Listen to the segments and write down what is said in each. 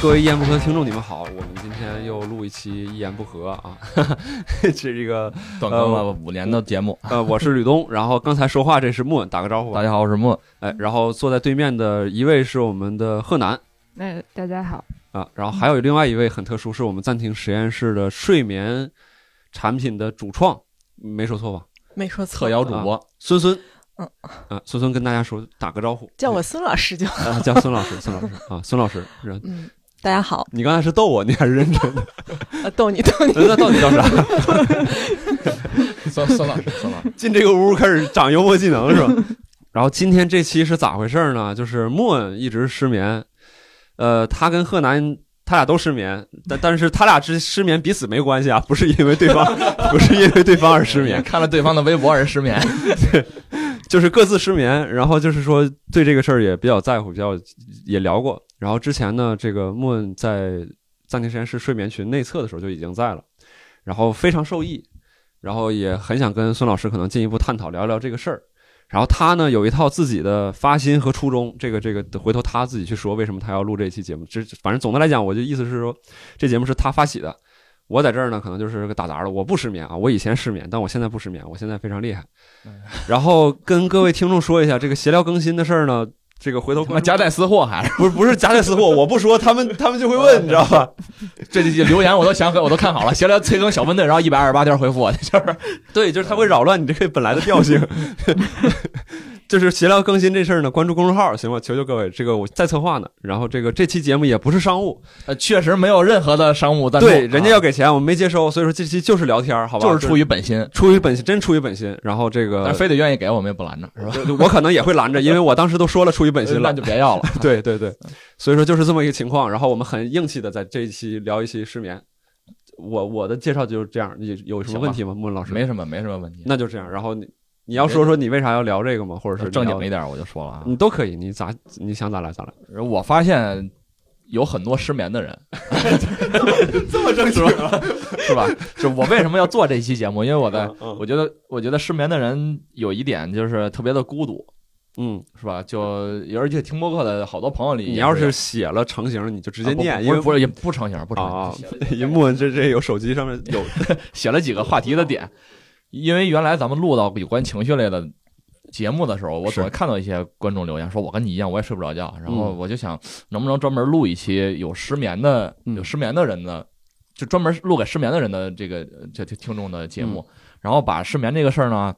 各位一言不合听众，你们好，我们今天又录一期一言不合啊， 这是一个断更了五年的节目。呃，我是吕东，然后刚才说话这是莫，打个招呼大吧，家好，我是莫。哎，然后坐在对面的一位是我们的贺楠那大家好，啊，然后还有另外一位很特殊，是我们暂停实验室的睡眠产品的主创，没说错吧？没说错，特邀主啊 播，孙孙，嗯啊，孙孙跟大家说打个招呼，叫我孙老师就。啊，叫孙老师，孙老师啊，孙老师，人嗯，大家好，你刚才是逗我，你还是认真 的？呃逗你逗你。那到底叫啥？孙孙老师，孙 老师，进这个屋开始长幽默技能是吧？ 然后今天这期是咋回事呢？就是莫恩一直失眠，呃，他跟贺楠他俩都失眠，但但是他俩之失眠彼此没关系啊，不是因为对方， 不是因为对方而失也眠，看了对方的微博而失眠。就是各自失眠。然后就是说对这个事儿也比较在乎，比较也聊过。然后之前呢，这个莫恩在暂停实验室睡眠群内测的时候就已经在了，然后非常受益，然后也很想跟孙老师可能进一步探讨聊一聊这个事儿。然后他呢有一套自己的发心和初衷，这个这个回头他自己去说为什么他要录这期节目。这反正总的来讲，我就意思是说，这节目是他发起的。我在这儿呢，可能就是个打杂的。我不失眠啊，我以前失眠，但我现在不失眠，我现在非常厉害。然后跟各位听众说一下，这个闲聊更新的事儿呢，这个回头那夹带私货还是不是不是夹带私货，我不说，他们他们就会 问，你知道吧？这这留言我都想我都看好了。闲聊催更小分队，然后一百二十八条回复我，就是对，就是它会扰乱你这个本来的调性。 就是闲聊更新这事儿呢，关注公众号行吗？求求各位，这个我在策划呢。然后这个这期节目也不是商务，呃确实没有任何的商务赞助，对，人家要啊给钱，我们没接收，所以说这期就是呃聊天儿，好吧？就是出于本心，出于本心，真出于本心。然后这但个是非得愿意给我们也不拦着，是吧？我可能也会拦着，因为我当时都说了出于 本心那了。就嗯 别要了。对对对，所以说就是这么一个情况。然后我们很硬气的在这一期聊一期失眠。我我的介绍就是这样，你有什么行吧问题吗？穆文老师，没什么，没什么问题。那就这样。然后你你要说说你为啥要聊这个吗？或者是呃正你经要一点我就说了啊，你都可以，你咋你想咋来咋来。 我发现有很多失眠的人，这么正经啊？是吧？就我为什么要做这期节目？因为我在嗯嗯我觉得，我觉得失眠的人有一点就是特别的孤独，嗯，是吧？就而且听播客的好多朋友里也，你要是啊写了成型，你就直直接念，因啊不为是不 是也不成型，不成啊型，，一木这这有手机上面有写了几个话题的点。因为原来咱们录到有关情绪类的节目的时候，我是总会看到一些观众留言说，我跟你一样，我也睡不着觉。然后嗯我就想，能不能专门录一期有失眠的、嗯有失眠的人的，就专门录给失眠的人的这个这这听众的节目，嗯然后把失眠这个事儿呢，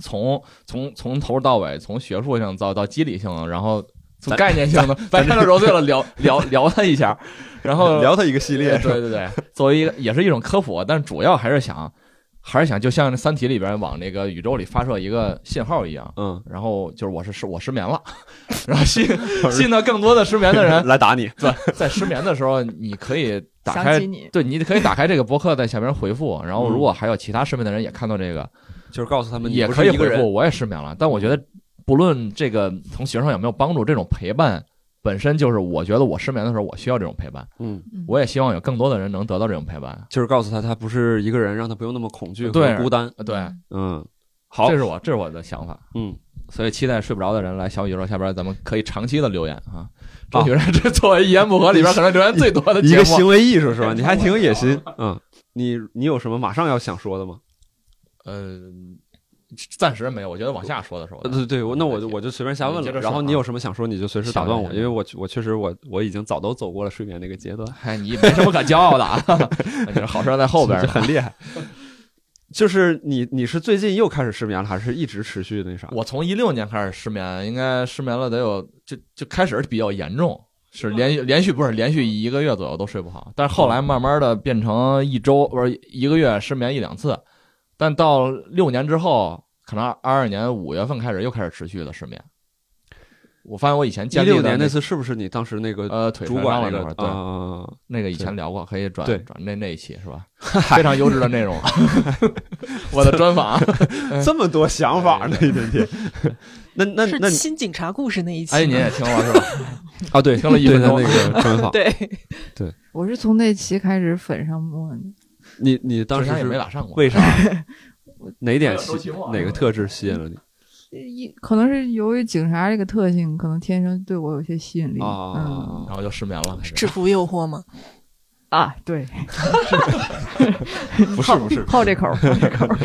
从从从头到尾，从学术性到到机理性，然后从概念性的，白天都揉碎了 聊聊聊他一下，然后聊它一个系 列，是吧对对对，作为一个也是一种科普，但主要还是想，还是想就像《三体》里边往那个宇宙里发射一个信号一样，嗯，然后就是我是失我失眠了， 然后 吸吸引到更多的失眠的人， 来打你，在在失眠的时候，你可以打想开起，你，对，你可以打开这个博客，在下边回复，然后如果还有其他失眠的人也看到这个，就是告诉他嗯们你也不可是以一个回人，复，我也失眠了，但我觉得不论这个从学生有没有帮助，这种陪伴。本身就是，我觉得我失眠的时候，我需要这种陪伴。嗯，我也希望有更多的人能得到这种陪伴。就是告诉他他不是一个人，让他不用那么恐惧和对孤单，啊，对，嗯，好这，是我这是我的想法，嗯，所以期待睡不着的人来小宇宙下边，咱们可以长期的留言啊。啊争取让这作为一言不合里边可能留言最多的一节个目行。为艺术是吧？你还挺有野心，嗯，你你有什么马上要想说的吗？呃，暂时没有，我觉得往下说的时候呃，，对对，我那我就我就随便瞎问你接了。着说然后你啊有什么想说，你就随时打行断行我，行因为我我确实我我已经早都走过了睡眠那个阶段，哎，你没什么可骄傲 的啊，就是好事在后边就。很厉害。就是你你是最近又开始失眠了，还是一直持续那啥？啊我从一六年开始失眠，应该失眠了得有就就开始比较严重，是连续连续不是连续一个月左右都睡不好，但是后来慢慢的变成一周不是一个月失眠一两次，但到六年之后，可能二二年五月份开始又开始持续的失眠。我发现我以前一建立六的年那那次是不是你当时那个呃腿主摔管伤那了个那会儿，对、啊？那个以前聊过，可以转对转那那一期是 吧？非常优质的内 容，我的专访。啊这么多想法呢，一天天。那 那那嗯是新警察故事那一期 吗。哎，您也听了是吧？啊，对，听了一对分他钟那个专访，对，我是从那期开始粉上莫的，你你当 之 时前也是 没咋上过。为啥？哪一点吸周奇墨啊哪个特质吸引了你？一可能是由于警察这个特性，可能天生对我有些吸引力。哦啊嗯然后就失眠了。制服诱惑吗？啊，对， 不是不是，好这口儿，好这口儿。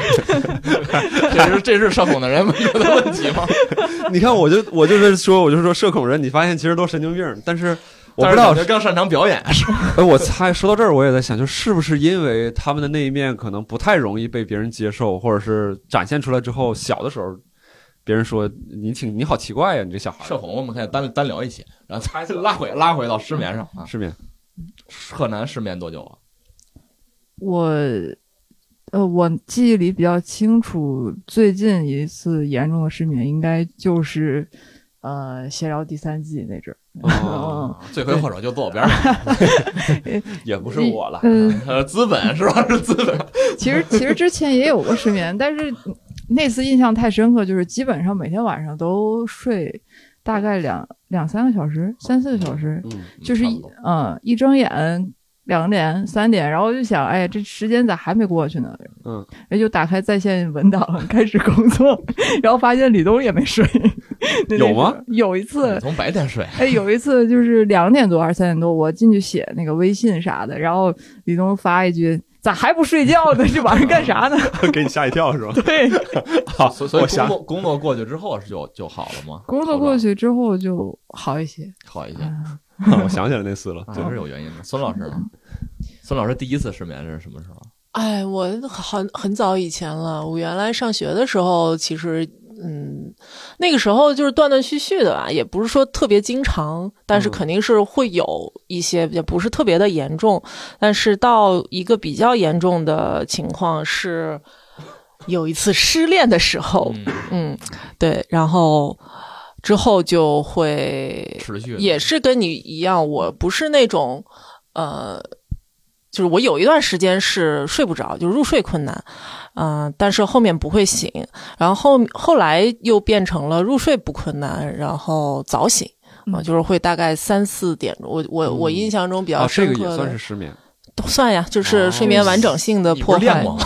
这是这是社恐的人们有的问题 吗？ 你看我就我就是说我就说社恐人，你发现其实都神经病，但是我不知但是道感觉更擅长表演，是吧？哎，我猜说到这儿，我也在想，就是不是因为他们的那一面可能不太容易被别人接受，或者是展现出来之后，小的时候别人说你挺你好奇怪呀、啊你这小孩儿社恐我们可以单单聊一期，然后再拉回拉回到失眠上啊。是面贺南失眠多久嗯啊？我，呃，我记忆里比较清楚，最近一次严重的失眠应该就是，呃，《闲聊》第三季那阵儿。哦，嗯，罪魁祸首就坐我边上，也不是我了， 嗯，呃，资本是吧？是资本。其实其实之前也有过失眠，但是那次印象太深刻，就是基本上每天晚上都睡大概两两三个小时，三四个小时，嗯， 就是差不一多嗯一睁眼两点三点，然后就想哎这时间咋还没过去呢？嗯，也就打开在线文档开始工作， 然后发现李东也没睡。 那有吗？那有一次你从白天睡，哎，有一次就是两点多还是三点多，我进去写那个微信啥的，然后李东发一句：“咋还不睡觉呢？ 这晚上干啥呢给你吓一跳是吧？”？对， 好，所以所以我想工作工作过去之后是就就好了吗？工作过去之后就好一些。好一些，嗯我想起来那次了，这是有原因的。孙老师呢？孙老师第一次失眠是什么时候？哎，我很很早以前了。我原来上学的时候，其实嗯，那个时候就是断断续续的吧，也不是说特别经常，但是嗯肯定是会有一些，也不是特别的严重。但是到一个比较严重的情况是，有一次失恋的时候，嗯，嗯，对，然后之后就会持续的也是跟你一样，我不是那种，呃，就是我有一段时间是睡不着，就入睡困难，嗯、但是后面不会醒，然后后后来又变成了入睡不困难，然后早醒。啊、嗯就是会大概三四点钟，我我我印象中比较啊，这个深刻的，也算是失眠，都算呀，就哦是睡眠完整性的你不破是练坏。过吗？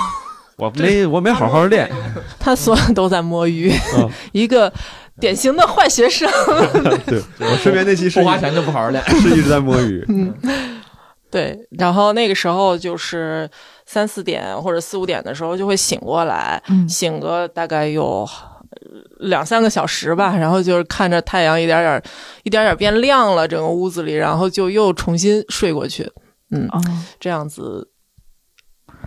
我没我没好好练，他所有都在摸鱼，嗯 一个典型的坏学生。 对我失眠那期是不花一钱就不好好练。是一直在摸鱼，对，然后那个时候就是三四点或者四五点的时候就会醒过来，嗯醒个大概有呃两三个小时吧，然后就是看着太阳一点点儿、一点点儿变亮了，整个屋子里，然后就又重新睡过去，嗯哦啊，这样子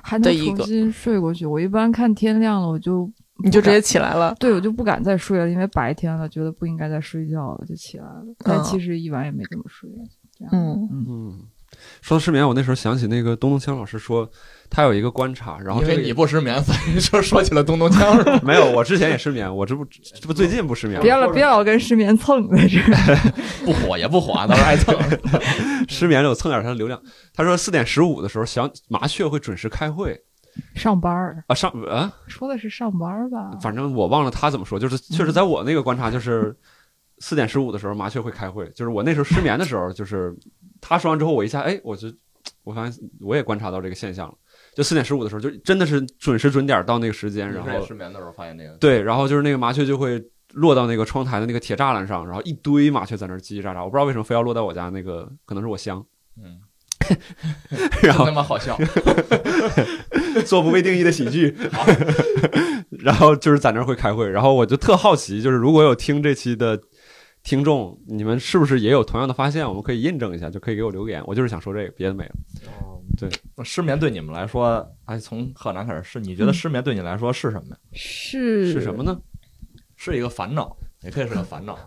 还的能一个重新睡过去。我一般看天亮了，我就你就不直敢接起来了。对我就不敢再睡了，因为白天了，觉得不应该再睡觉了，就起来了。但其实一晚也没怎么睡。这样嗯，嗯。说到失眠，我那时候想起那个东东锵老师说，他有一个观察，然后因这为个你不失眠，所以就说起了东东锵是吧？ 没有，我之前也失眠，我这不这不最近不失眠别了，老别老跟失眠蹭在这儿。不火也不火，倒是爱蹭。失眠了我蹭点他的流量。他说四点十五的时候，想麻雀会准时开会上班儿，啊上啊，说的是上班儿吧？反正我忘了他怎么说，就是确实在我那个观察就是四点十五的时候麻雀会开会，就是我那时候失眠的时候，就是他说完之后我一下哎，我就我发现我也观察到这个现象了，就四点十五的时候就真的是准时准点儿到那个时间，然然后后失眠的时候发现这个，对，然后就是那个麻雀就会落到那个窗台的那个铁栅栏上，然后一堆麻雀在那儿叽叽喳喳，我不知道为什么非要落在我家那个，可能是我香， 嗯，然真后他妈好 笑。 做不被定义的喜剧， 然后就是在那儿会开会，然后我就特好奇，就是如果有听这期的听众，你们是不是也有同样的发现？我们可以印证一下，就可以给我留言。我就是想说这个，别的没了。那失眠对你们来说，哎，从贺南开始，是你觉得失眠对你来说是什么呀？是是什么呢？是一个烦恼，也可以是个烦恼。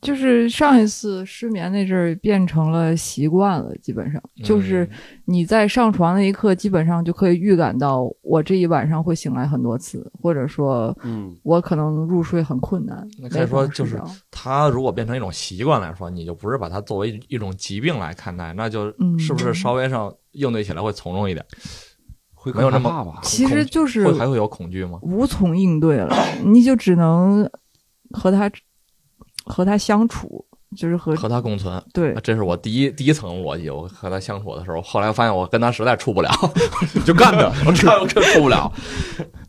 就是上一次失眠那阵儿变成了习惯了，基本上嗯嗯就是你在上床那一刻，基本上就可以预感到我这一晚上会醒来很多次，或者说嗯，我可能入睡很困难。那可以说没法就是睡着它如果变成一种习惯来说，你就不是把它作为一种疾病来看待，那就嗯是不是稍微上应对起来会从容一点？会没有那么怕吧？其实就是会还会有恐惧吗？无从应对了，你就只能和他和他相处，就是和和它共存，对这是我第一第一层逻辑。我和他相处的时候，后来发现我跟他实在处不了， 就干的。我这我这处不了。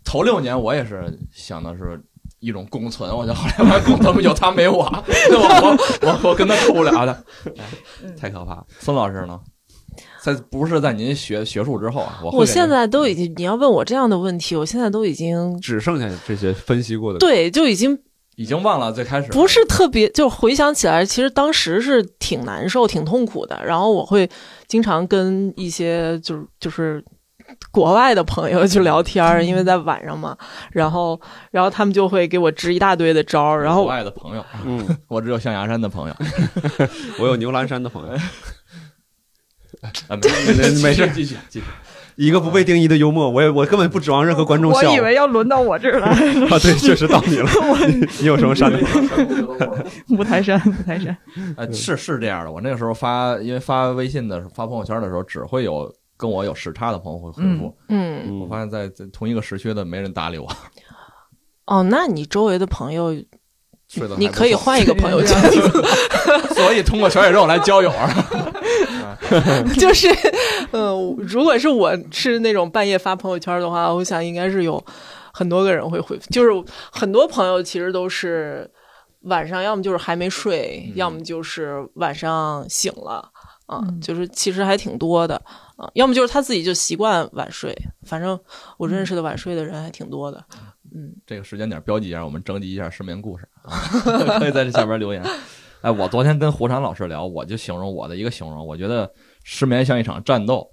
头六年我也是想的是，一种共存，我就后来发现共存不就他没我， 那我我我我跟他受不了的，哎太可怕了。孙老师呢，在不是在您学学术之后啊，我会我给现您在都已经，你要问我这样的问题，我现在都已经只剩下这些分析过的，对，就已经已经忘了最开始不是特别，就回想起来，其实当时是挺难受、挺痛苦的。然后我会经常跟一些就是就是国外的朋友去聊天儿，因为在晚上嘛，然后然后他们就会给我支一大堆的招儿，然后国外的朋友，嗯，我只有象牙山的朋友。我有牛栏山的 朋哎友，啊，没没没没事，继续继续。一个不被定义的幽默，我也我根本不指望任何观众我笑以为要轮到我这儿 来，啊，对，确实到你 了，你 你有什么山的？五台山，五台山，呃，是是这样的，我那个时候发，因为发微信的时候，发朋友圈的时候，只会有跟我有时差的朋友会回复。嗯我嗯发现在，在同一个时区的没人搭理我，哦，那你周围的朋友，睡得还你不可以错，换一个朋友这圈样， 所以通过小野肉来交友啊。 就是嗯，如果是我是那种半夜发朋友圈的话，我想应该是有很多个人会回复，就是很多朋友其实都是晚上，要么就是还没睡，嗯要么就是晚上醒了。啊、嗯就是其实还挺多的啊，要么就是他自己就习惯晚睡，反正我嗯认识的晚睡的人还挺多的。这个时间点标记一下，我们征集一下失眠故事啊， 可以在这下边留言。哎，我昨天跟胡长老师聊，我就形容我的一个形容，我觉得失眠像一场战斗，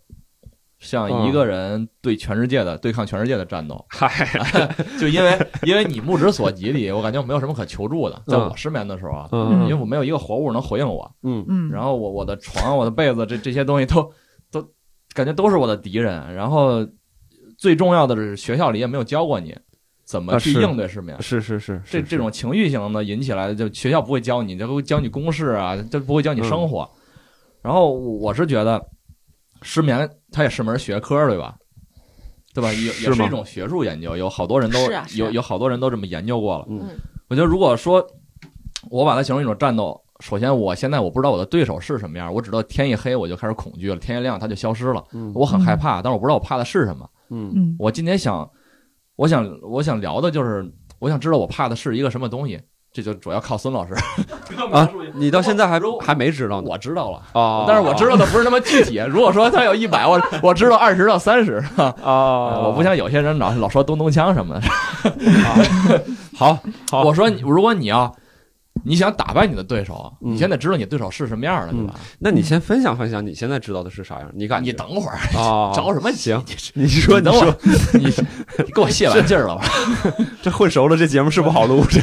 像一个人对全世界的、对抗全世界的战斗。嗯嗨， 就因为因为你目之所及里，我感觉我没有什么可求助的。在嗯我失眠的时候啊，因嗯为我没有一个活物能回应我，嗯嗯，然后我我的床、啊我的被子这这些东西都都感觉都是我的敌人。然后最重要的是，学校里也没有教过你怎么啊去是应对失眠嗯，。是是是，这是这种情绪型的引起来的，就学校不会教你，就会教你公式啊，就不会教你嗯生活。然后我是觉得，失眠它也是门学科，对吧？对吧？也是也是吗一种学术研究，有好多人都是啊是啊有有好多人都这么研究过了。嗯我觉得如果说我把它形容一种战斗，首先我现在我不知道我的对手是什么样，我只知道天一黑我就开始恐惧了，天一亮它就消失了，嗯我很害怕，但是我不知道我怕的是什么。嗯嗯我今天想，我想我想聊的就是，我想知道我怕的是一个什么东西，这就主要靠孙老师。啊，你到现在还如果还没知道呢我知道了，啊，但是我知道的不是那么具体。如果说他有一百，我我知道二十到三十、啊，我不像有些人老老说东东腔什么的。 好哦好，我说你，如果你要你想打败你的对手，嗯你先得知道你对手是什么样的，对吧？那你先分享分享你现在知道的是啥样？你感觉你等会儿 啊，着什么急？行？嗯你说你你等会说儿，你你 给我泄完劲儿了吧？这混熟了，这节目是不好录。这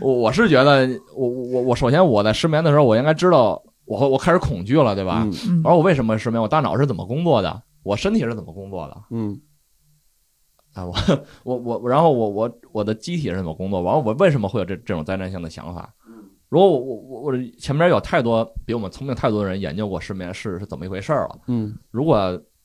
我我是觉得，我我我首先我在失眠的时候，我应该知道我我开始恐惧了，对吧？嗯嗯而我为什么失眠？我大脑是怎么工作的？我身体是怎么工作的？嗯啊，我我我，然后我我我的机体是怎么工作？完，我为什么会有这这种灾难性的想法？如果我我我前面有太多比我们聪明太多的人研究过失眠是是怎么一回事儿了，嗯如果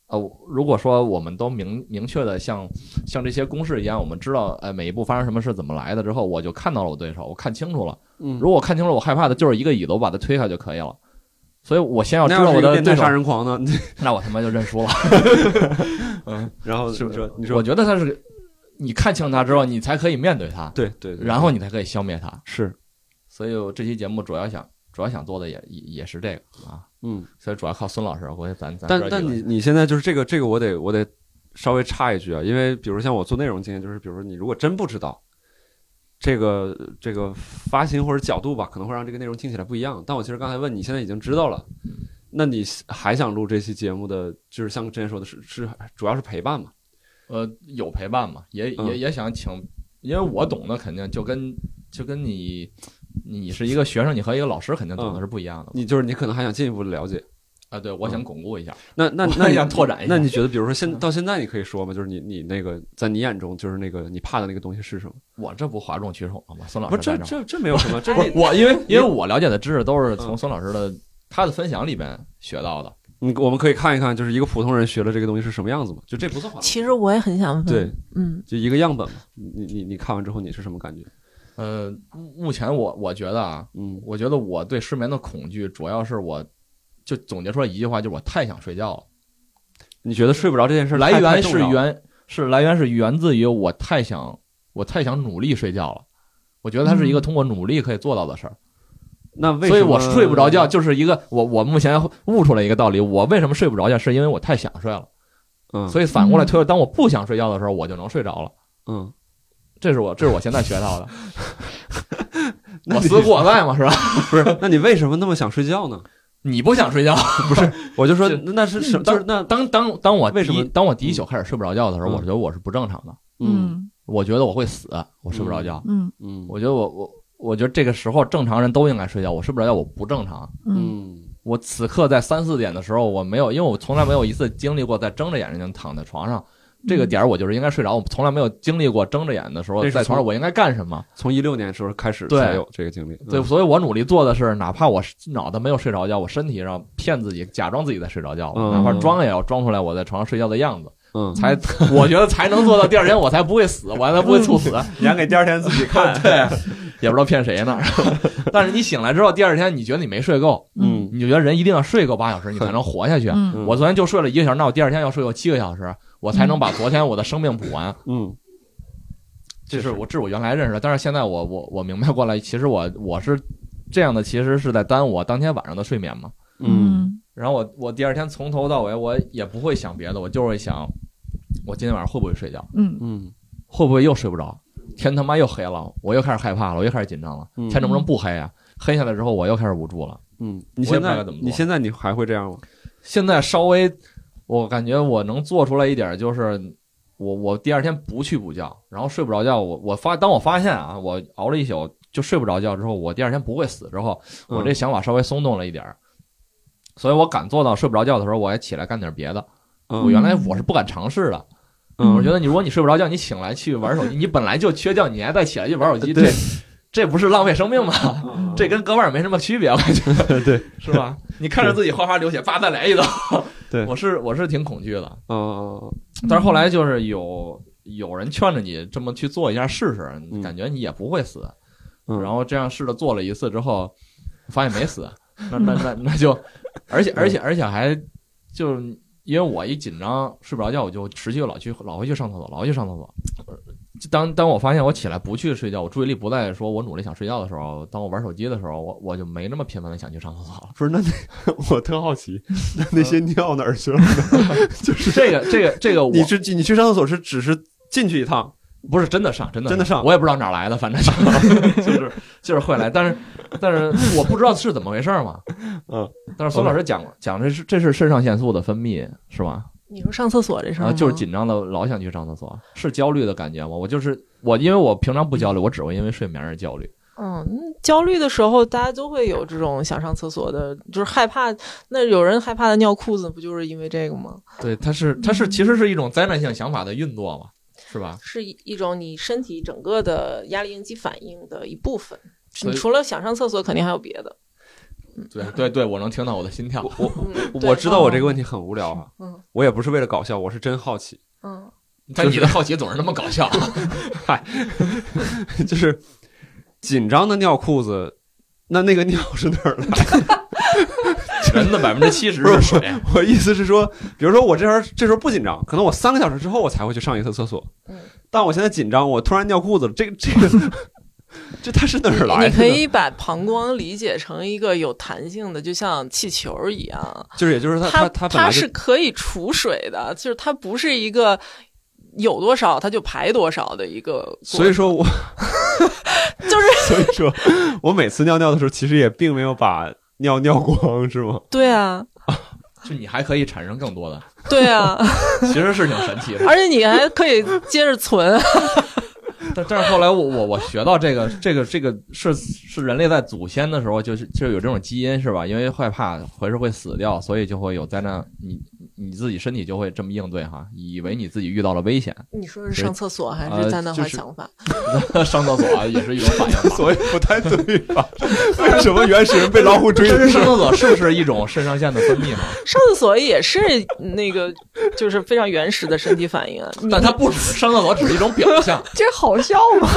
呃，如果说我们都明明确的像像这些公式一样，我们知道呃每一步发生什么事怎么来的之后，我就看到了我对手，我看清楚了。嗯，如果我看清楚了，我害怕的就是一个椅子，我把它推开就可以了。所以我先要知那道要是我一个的变对态手杀，人狂呢？ 那我他妈就认输了。然后你呃是不说嗯你我说觉得他是你看清他之后，你才可以面对他，对对，对然后你才可以消灭他。是所以我这期节目主要想主要想做的也也也是这个啊，嗯，所以主要靠孙老师，我觉得咱咱但哥几个但你你现在就是这个这个，我得我得稍微插一句啊，因为比如像我做内容经验，就是比如说你如果真不知道这个这个发行或者角度吧，可能会让这个内容听起来不一样。但我其实刚才问你现在已经知道了，那你还想录这期节目的，就是像之前说的是是主要是陪伴嘛？呃有陪伴嘛，也也嗯也想请，因为我懂的肯定就跟就跟你你是一个学生，你和一个老师肯定懂的嗯是不一样的嘛你就是你可能还想进一步的了解。啊。对，我想嗯巩固一下，那那 我那也你想拓展一下。嗯那你觉得，比如说现到现在，你可以说吗？就是你你那个在你眼中，就是那个你怕的那个东西是什么？我这不哗众取宠了吗？孙老不师是，这在儿这这没有什 么，这不是是我，因为因为我了解的知识都是从嗯孙老师的他的分享里边学到的。你我们可以看一看，就是一个普通人学了这个东西是什么样子嘛？就这不算话题，其实我也很想问，对，嗯，就一个样本嘛。你你你看完之后你是什么感觉？呃，目前我我觉得啊，嗯我觉得我对失眠的恐惧主要是我。就总结出来一句话，就是我太想睡觉了。你觉得睡不着这件事儿来太源太重是要了源是来源是源自于我太想我太想努力睡觉了。我觉得它是一个通过努力可以做到的事儿，那嗯为所以什我么睡不着觉，就是一个我我目前悟出来一个道理，我为什么睡不着觉，是因为我太想睡了。嗯，以所以反过来推，当我不想睡觉的时候，我就能睡着了。 嗯，这是我这是我现在学到的， 那我你思故我在嘛，是吧？不是？那你为什么那么想睡觉呢？你不想睡 觉，我就说这那那是什？就是那嗯当当当我为什第一么当我第一宿开始睡不着觉的时候，嗯我觉得我是不正常的，嗯嗯我觉得我会死，我睡不着觉。嗯嗯我觉得我我我觉得这个时候正常人都应该睡觉，我睡不着觉，我不正常。嗯嗯我此刻在三四点的时候，我没有，因为我从来没有一次经历过在睁着眼睛躺在床上这个点儿，我就是应该睡着。我从来没有经历过睁着眼的时候嗯这是在床上从我应该干什么。从一六年时候开始对才有这个经历，对，嗯所以我努力做的是，哪怕我脑袋没有睡着觉，我身体上骗自己，假装自己在睡着觉，嗯哪怕装也要装出来我在床上睡觉的样子，嗯，才 我觉得才能做到第二天我才不会死，我 才不会猝死。演给第二天自己看 对，也不知道骗 谁呢。但是你醒来之后，第二天你觉得你没睡够，嗯你就觉得人一定要睡够八小时，你才能活下去。嗯我昨天就睡了一个小时，那我第二天要睡够七个小时，我才能把昨天我的生命补完。嗯这是我这是我原来认识的，但是现在我我我明白过来，其实我我是这样的，其实是在耽误我当天晚上的睡眠嘛。嗯然后我我第二天从头到尾我也不会想别的，我就是会想，我今天晚上会不会睡觉，嗯嗯会不会又睡不着，天他妈又黑了，我又开始害怕了，我又开始紧张了，嗯天能不能不黑呀、啊黑下来之后我又开始无助了。嗯，你我也现不知道在该怎么做你现在你还会这样吗？现在稍微，我感觉我能做出来一点，就是我我第二天不去补觉，然后睡不着觉，我我发当我发现啊，我熬了一宿就睡不着觉之后，我第二天不会死之后，我嗯这想法稍微松动了一点儿。所以我敢做到睡不着觉的时候，我也起来干点别的。我我原来我是不敢尝试的，嗯我觉得你如果你睡不着觉，你醒来去玩手机，你本来就缺觉，你还再起来去玩手机，这对嗯这不是浪费生命吗？这跟割腕没什么区别，我觉 得对，是吧？你看着自己哗哗流血，叭再来一刀，对我是我是挺恐惧的，嗯但是后来就是有有人劝着你这么去做一下试试，嗯感觉你也不会死，嗯，然后这样试着做了一次之后，发现没 死，那那那那就，而嗯且而且而且还就因为我一紧张睡不着觉，我就持续老去老会去上厕所，老会去上厕所。就当当我发现我起来不去睡觉，我注意力不在说我努力想睡觉的时候，当我玩手机的时候，我我就没那么频繁的想去上厕所了。不是那那 我特好奇，那那些嗯尿哪儿去了？就是这个这个这个我你是你去上厕所是只是进去一趟？不是真的上，真的真的上我也不知道哪儿来的，反正 就就是就是会来，但是但是我不知道是怎么回事儿嘛。嗯，但是孙老师讲讲这是这是肾上腺素的分泌是吧？你说上厕所这事儿啊，吗，就是紧张的，老想去上厕所，是焦虑的感觉吗？我就是我，因为我平常不焦虑，我只会因为睡眠而焦虑。嗯，焦虑的时候，大家都会有这种想上厕所的，就是害怕。那有人害怕的尿裤子，不就是因为这个吗？对，它是它是其实是一种灾难性想法的运作嘛，是吧？是一一种你身体整个的压力应激反应的一部分。所你以除了想上厕所，肯定还有别的。对对对，我能听到我的心跳。我嗯，对我知道我这个问题很无聊啊，嗯我也不是为了搞笑，我是真好奇， 嗯但你的好奇总是那么搞 笑。就是紧张的尿裤子，那那个尿是哪儿来？人 的百分之七十不是是水， 我意思是说，比如说我这时候这时候不紧张，可能我三个小时之后我才会去上一次厕所嗯，但我现在紧张，我突然尿裤子了，这个这个 这它是哪儿来你的可呢？以把膀胱理解成一个有弹性的，就像气球一样，就是也就是它它它本来就是可以储水的，就是它不是一个有多少它就排多少的一个过程。所以说我 就是所以说我每次尿尿的时候，其实也并没有把尿尿光，是吗？对啊，就你还可以产生更多的，对啊， 其实是挺神奇的。 而且你还可以接着存。啊但但是后来我我我学到这个这个这个是是人类在祖先的时候就是就是有这种基因是吧？因为害怕回是会死掉，所以就会有灾难，你你自己身体就会这么应对哈，以为你自己遇到了危险， 你说是上厕所还呃是在那就块是想法？上厕所啊也是一种反应 吧。所以不太对吧？为什么原始人被老虎追但的是时上候？厕所是不是一种肾上腺的分泌嘛？上厕所也是那个，就是非常原始的身体反应啊。但它不止上厕所只是一种表 象，这好笑吗？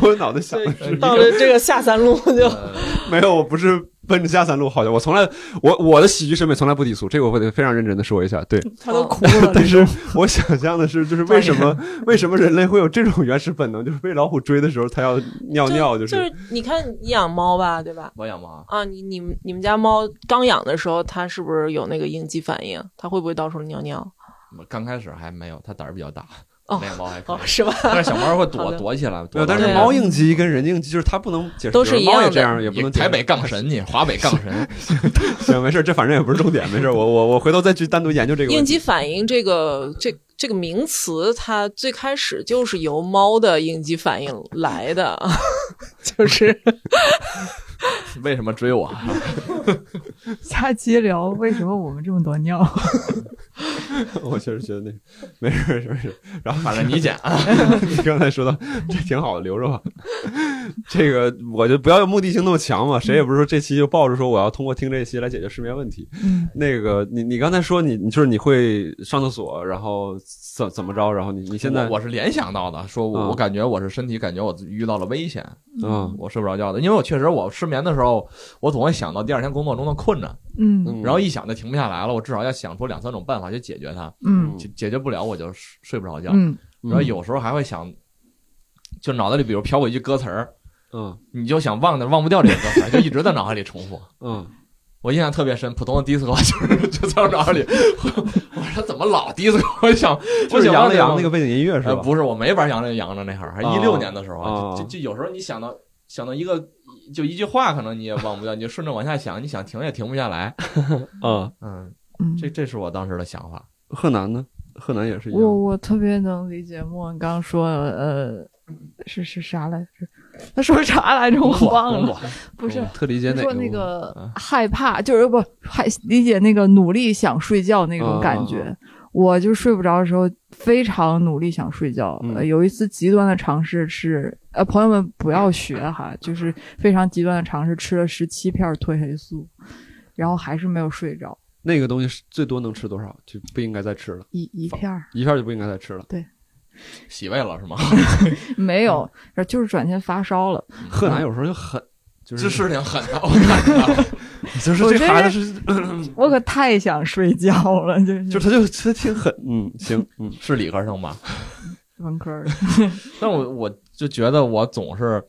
我脑袋想的到了这个下三路就呃没有，我不是奔着下三路好像我从来我我的喜剧审美从来不抵触，这个我得非常认真的说一下。对，他都哭 了 但是我想象的是，就是为什么为什么人类会有这种原始本能，就是被老虎追的时候，它要呃 尿尿，就就是是你看你养猫吧，对吧？我养猫啊，啊，你你们你们家猫刚养的时候，它是不是有那个应激反应？它会不会到处尿尿？我刚开始还没有，它胆儿比较大，哦那个猫还可哦，以，是吧？但是小猫会 好躲的躲起来，没躲有，到但是那对啊个猫应激跟人应激就是它不能解释，都是比如说一样猫也的这样，也不能解释台北杠 神去，华北杠神，行，没事，这反正也不是重点，没事，我我我回头再去单独研究这个问应题。激反应这个这这个名词，它最开始就是由猫的应激反应来的， 就是为什么追 我？下期聊为什么我们这么多尿。我确实觉得那没事没事没事。然后反正 你捡啊， 你刚才说到这挺好的，留着吧。这个我就不要目的性那么强嘛，谁也不是说这期就抱着说我要通过听这期来解决失眠问题。嗯，那个你你刚才说你你就是你会上厕所，然后怎怎么着，然后你你现在我我是联想到的，说我嗯我感觉我是身体感觉我自己遇到了危险，嗯我睡不着觉的，因为我确实我失眠的时候，我总会想到第二天工作中的困难，嗯嗯然后一想就停不下来了，我至少要想出两三种办法去解决它，嗯解解决不了我就睡睡不着觉，嗯然后有时候还会想，就脑袋里比如飘过一句歌词儿，嗯你就想忘的忘不掉这个歌词儿，就一直在脑海里重复。嗯我印象特别深，普通的 disco 就是就在我脑海里，我说怎么老 disco？我 想就是我想杨了忘了扬那个背景音乐是呃吧？不是，我没玩杨着杨着那会儿，还啊一六年的时候啊，啊就就就有时候你想到想到一个就一句话，可能你也忘不掉，你就顺着往下想，你想停也停不下来。啊，嗯，嗯，这这是我当时的想法。贺南呢？贺南也是一我样。我特别能理解莫文刚说呃是是啥来着？他说啥来着？我工作忘工了，作，不是。特理解哪他说个？啊那个嗯害怕，就是不还理解那个努力想睡觉那种感觉。嗯我就睡不着的时候，非常努力想睡觉。嗯呃有一次极端的尝试吃，呃，朋友们不要学哈，就是非常极端的尝试吃了十七片褪黑素，然后还是没有睡着，那个东西是最多能吃多少？就不应该再吃了，一一片儿一片就不应该再吃了。洗胃了是吗？ 嗯没有，嗯然后就是转天发烧了。贺南有时候就很，就这是 是挺狠的，我啊看着就是我这觉得孩子是， 我可太想睡觉了，就是就是他就他挺狠，嗯，行，嗯，是理科生吧？文科儿。但我我就觉得我总是，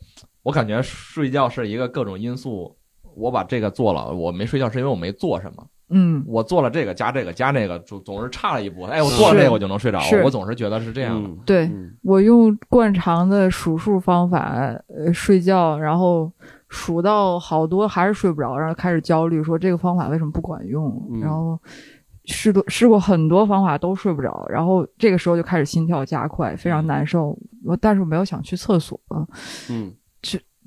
我感觉睡觉是一个各种因素。我把这个做了，我没睡觉是因为我没做什么。嗯，我做了这个加这个加这个，总总是差了一步。哎，我做了这个我就能睡着是。我总是觉得是 这这样的。嗯、对嗯我用惯常的数数方法，呃，睡觉，然后数到好多还是睡不着，然后开始焦虑，说这个方法为什么不管用？嗯然后试多试过很多方法都睡不着，然后这个时候就开始心跳加快，非常难受。我但是我没有想去厕所，嗯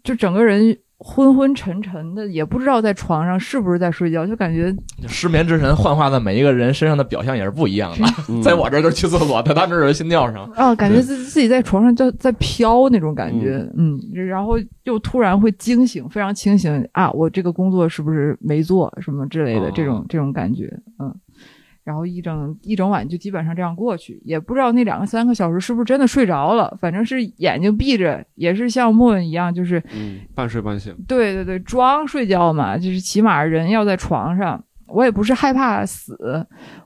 就整个人昏昏沉沉的，也不知道在床上是不是在睡觉，就感觉失眠之神幻化在每一个人身上的表象也是不一样的。 嗯在我这儿就是去厕所，在他那儿就是心跳上。啊，感觉对自自己在床上在在飘那种感觉，嗯然后又突然会惊醒，非常清醒啊，我这个工作是不是没做什么之类的、哦这种这种感觉，嗯，然后一整一整晚就基本上这样过去，也不知道那两个三个小时是不是真的睡着了，反正是眼睛闭着，也是像莫文一样，就是嗯半睡半醒，对对对，装睡觉嘛，就是起码人要在床上。我也不是害怕死，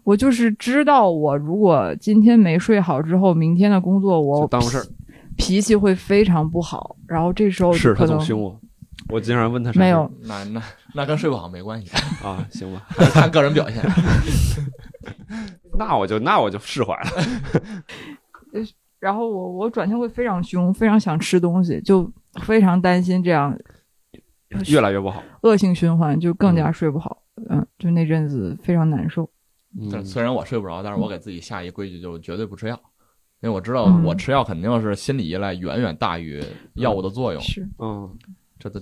我就是知道我如果今天没睡好之后，明天的工作我就耽误事儿。脾气会非常不好。然后这时候是可他能总凶我，我经常问他啥事儿没有那那那跟睡不好没关系，啊，行吧， 还是看个人表现。那我就那我就释怀了。然后我我转天会非常凶，非常想吃东西，就非常担心这样越来越不好。恶性循环，就更加睡不好。嗯，就那阵子非常难受。但嗯 虽然我睡不着，但是我给自己下一规矩，就是绝对不吃药，因为我知道嗯我吃药肯定是心理依赖远远大于药物的作用。是，嗯，这都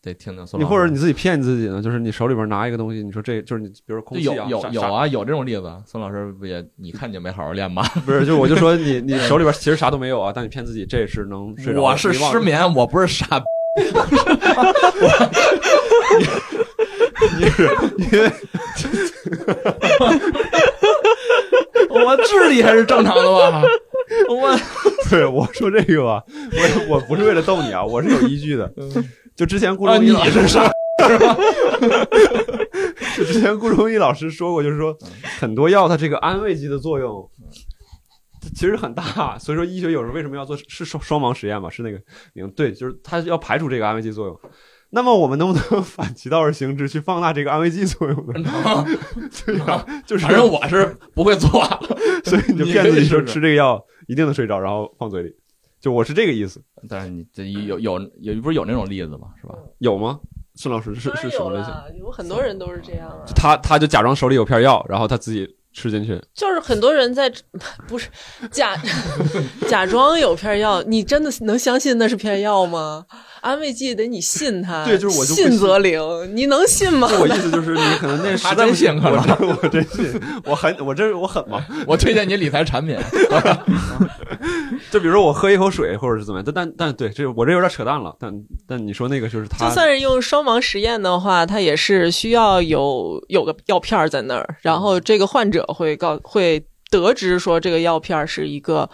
得听听孙你老师。或者你自己骗你自己呢，就是你手里边拿一个东西，你说这就是你，比如说空就气有啊有啥有啥啊，有这种例子。孙老师不也，你看你就没好好练吧？不是，就是我就说你你手里边其实啥都没有啊，但你骗自己这也是能睡着。我是你忘 失眠，我不是傻逼。你是因为我智力还是正常的吧？我对 我说这个吧，我我不是为了逗你啊，我是有依据的。就之前顾啊，中医你老师 是傻逼，就之前顾忠义老师说过，就是说很多药它这个安慰剂的作用。其实很大，啊所以说医学有时候为什么要做是双双盲实验嘛？是那个名对，就是它要排除这个安慰剂作用。那么我们能不能 反其道而行之，去放大这个安慰剂作用呢？对呀、就是反正我是不会做。 所以你就你骗可自以己说试试吃这个药一定能睡着，然后放嘴里。就我是这个意思，但是你这有有有不是有那种例子吗？是吧？有吗？孙老师是是什么类型？有很多人都是这样啊就他他就假装手里有片药，然后他自己吃进去。就是很多人在 不是假 假装有片药，你真的能相信那是片药吗？安慰剂得你信它，对就是我就不信信则灵，你能信吗？就我意思就是，你可 能那实他在真不信行可我能真 我真信，我狠，我这我狠嘛。 我推荐你理财产品，就比如说我喝一口水，或者是怎么样，但但但对，这我这有点扯淡了。但但你说那个就是他，就算是用双盲实验的话，它也是需要有有个药片儿在那儿，然后这个患者会告会得知说这个药片儿是一个、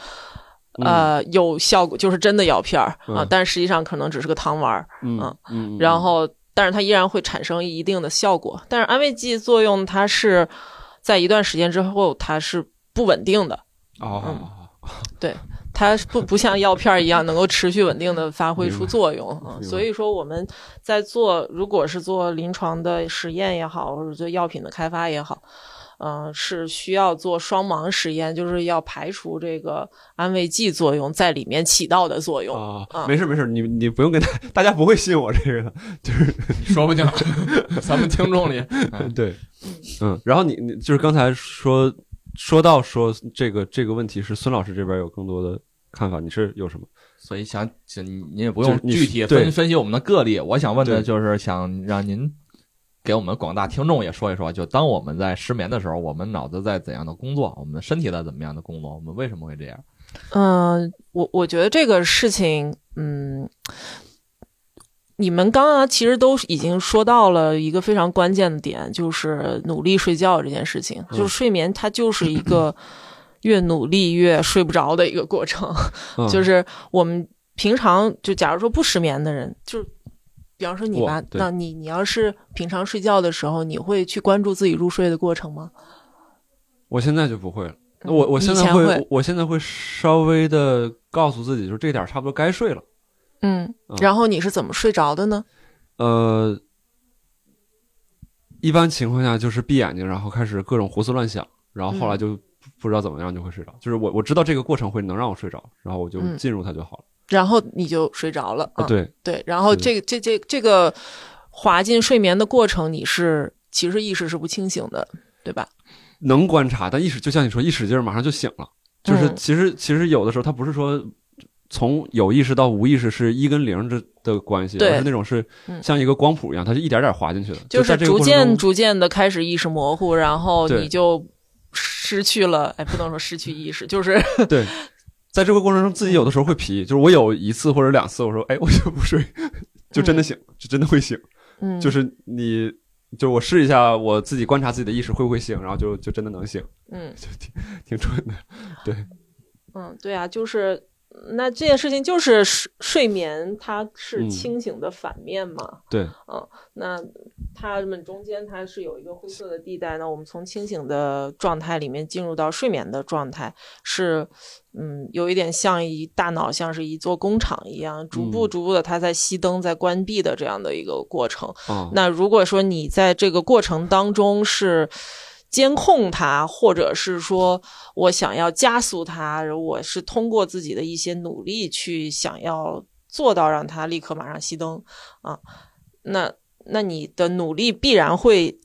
呃有效果，就是真的药片儿啊、嗯但实际上可能只是个汤丸儿，嗯嗯嗯嗯，嗯然后但是它依然会产生一定的效果。但是安慰剂作用它是在一段时间之后它是不稳定的，嗯哦，它不不像药片儿一样能够持续稳定的发挥出作用啊明，白所以说我们在做，如果是做临床的实验也好，或者做药品的开发也好，嗯、是需要做双盲实验，就是要排除这个安慰剂作用在里面起到的作用。啊、啊没事没事，你你不用跟大大家不会信我这个的，说不定 咱们听众里对，嗯，然后你你就是刚才说说到说这个这个问题是孙老师这边有更多的看法，你是有什么？所以想，您您也不就用是你具体对分分析我们的个例。我想问的对就是，想让您给我们广大听众也说一说，就当我们在失眠的时候，我们脑子在怎样的工作，我们的身体在怎么样的工作，我们为什么会这样？嗯，我我觉得这个事情，嗯，你们刚刚其实都已经说到了一个非常关键的点，就是努力睡觉这件事情。嗯就是睡眠，它就是一 个越努力越睡不着的一个过程。嗯、 就是我们平常就假如说不失眠的人，就是比方说你我吧，对那你你要是平常睡觉的时候，你会去关注自己入睡的过程吗？我现在就不会了。那我我嗯以现在前会，会我现在会稍微的告诉自己，就是这点儿差不多该睡了。嗯嗯，然后你是怎么睡着的呢？呃，一般情况下就是闭眼睛，然后开始各种胡思乱想，然后后嗯来就不不知道怎么样就会睡着。就是我我知道这个过程会能让我睡着，然后我就嗯进入它就好了。然后你就睡着了啊，嗯对，对，然后对这个这这这个滑进睡眠的过程，你是其实意识是不清醒的，对吧？能观察，但一使就像你说，一使劲儿马上就醒了。就是嗯其实、其实有的时候它不是说从有意识到无意识是一跟零这的关系，对而是那种是嗯像一个光谱一样，它是一点点滑进去的，就是在这个逐过程渐中逐渐的开始意识模糊，然后对你就失去了，哎，不能说失去意识，就是对。在这个过程中，自己有的时候会皮，就是我有一次或者两次，我说，哎，我就不睡， 就真的醒，就真的会醒。嗯，就是你，就我试一下，我自己观察自己的意识会不会醒，然后就就真的能醒，嗯挺准 的。嗯，对啊，就是那这件事情就是睡睡眠，它是嗯清醒的反面嘛，嗯对，那它们中间它是有一个灰色的地带呢。我们从清醒的状态里面进入到睡眠的状态，是嗯，有一点像一大脑像是一座工厂一样，逐步嗯逐步的它在熄灯、在关闭的这样的一个过程。啊、那如果说你在这个过程当中是监控它，或者是说我想要加速它，我是通过自己的一些努力去想要做到让它立刻马上熄灯啊，那那你的努力必然会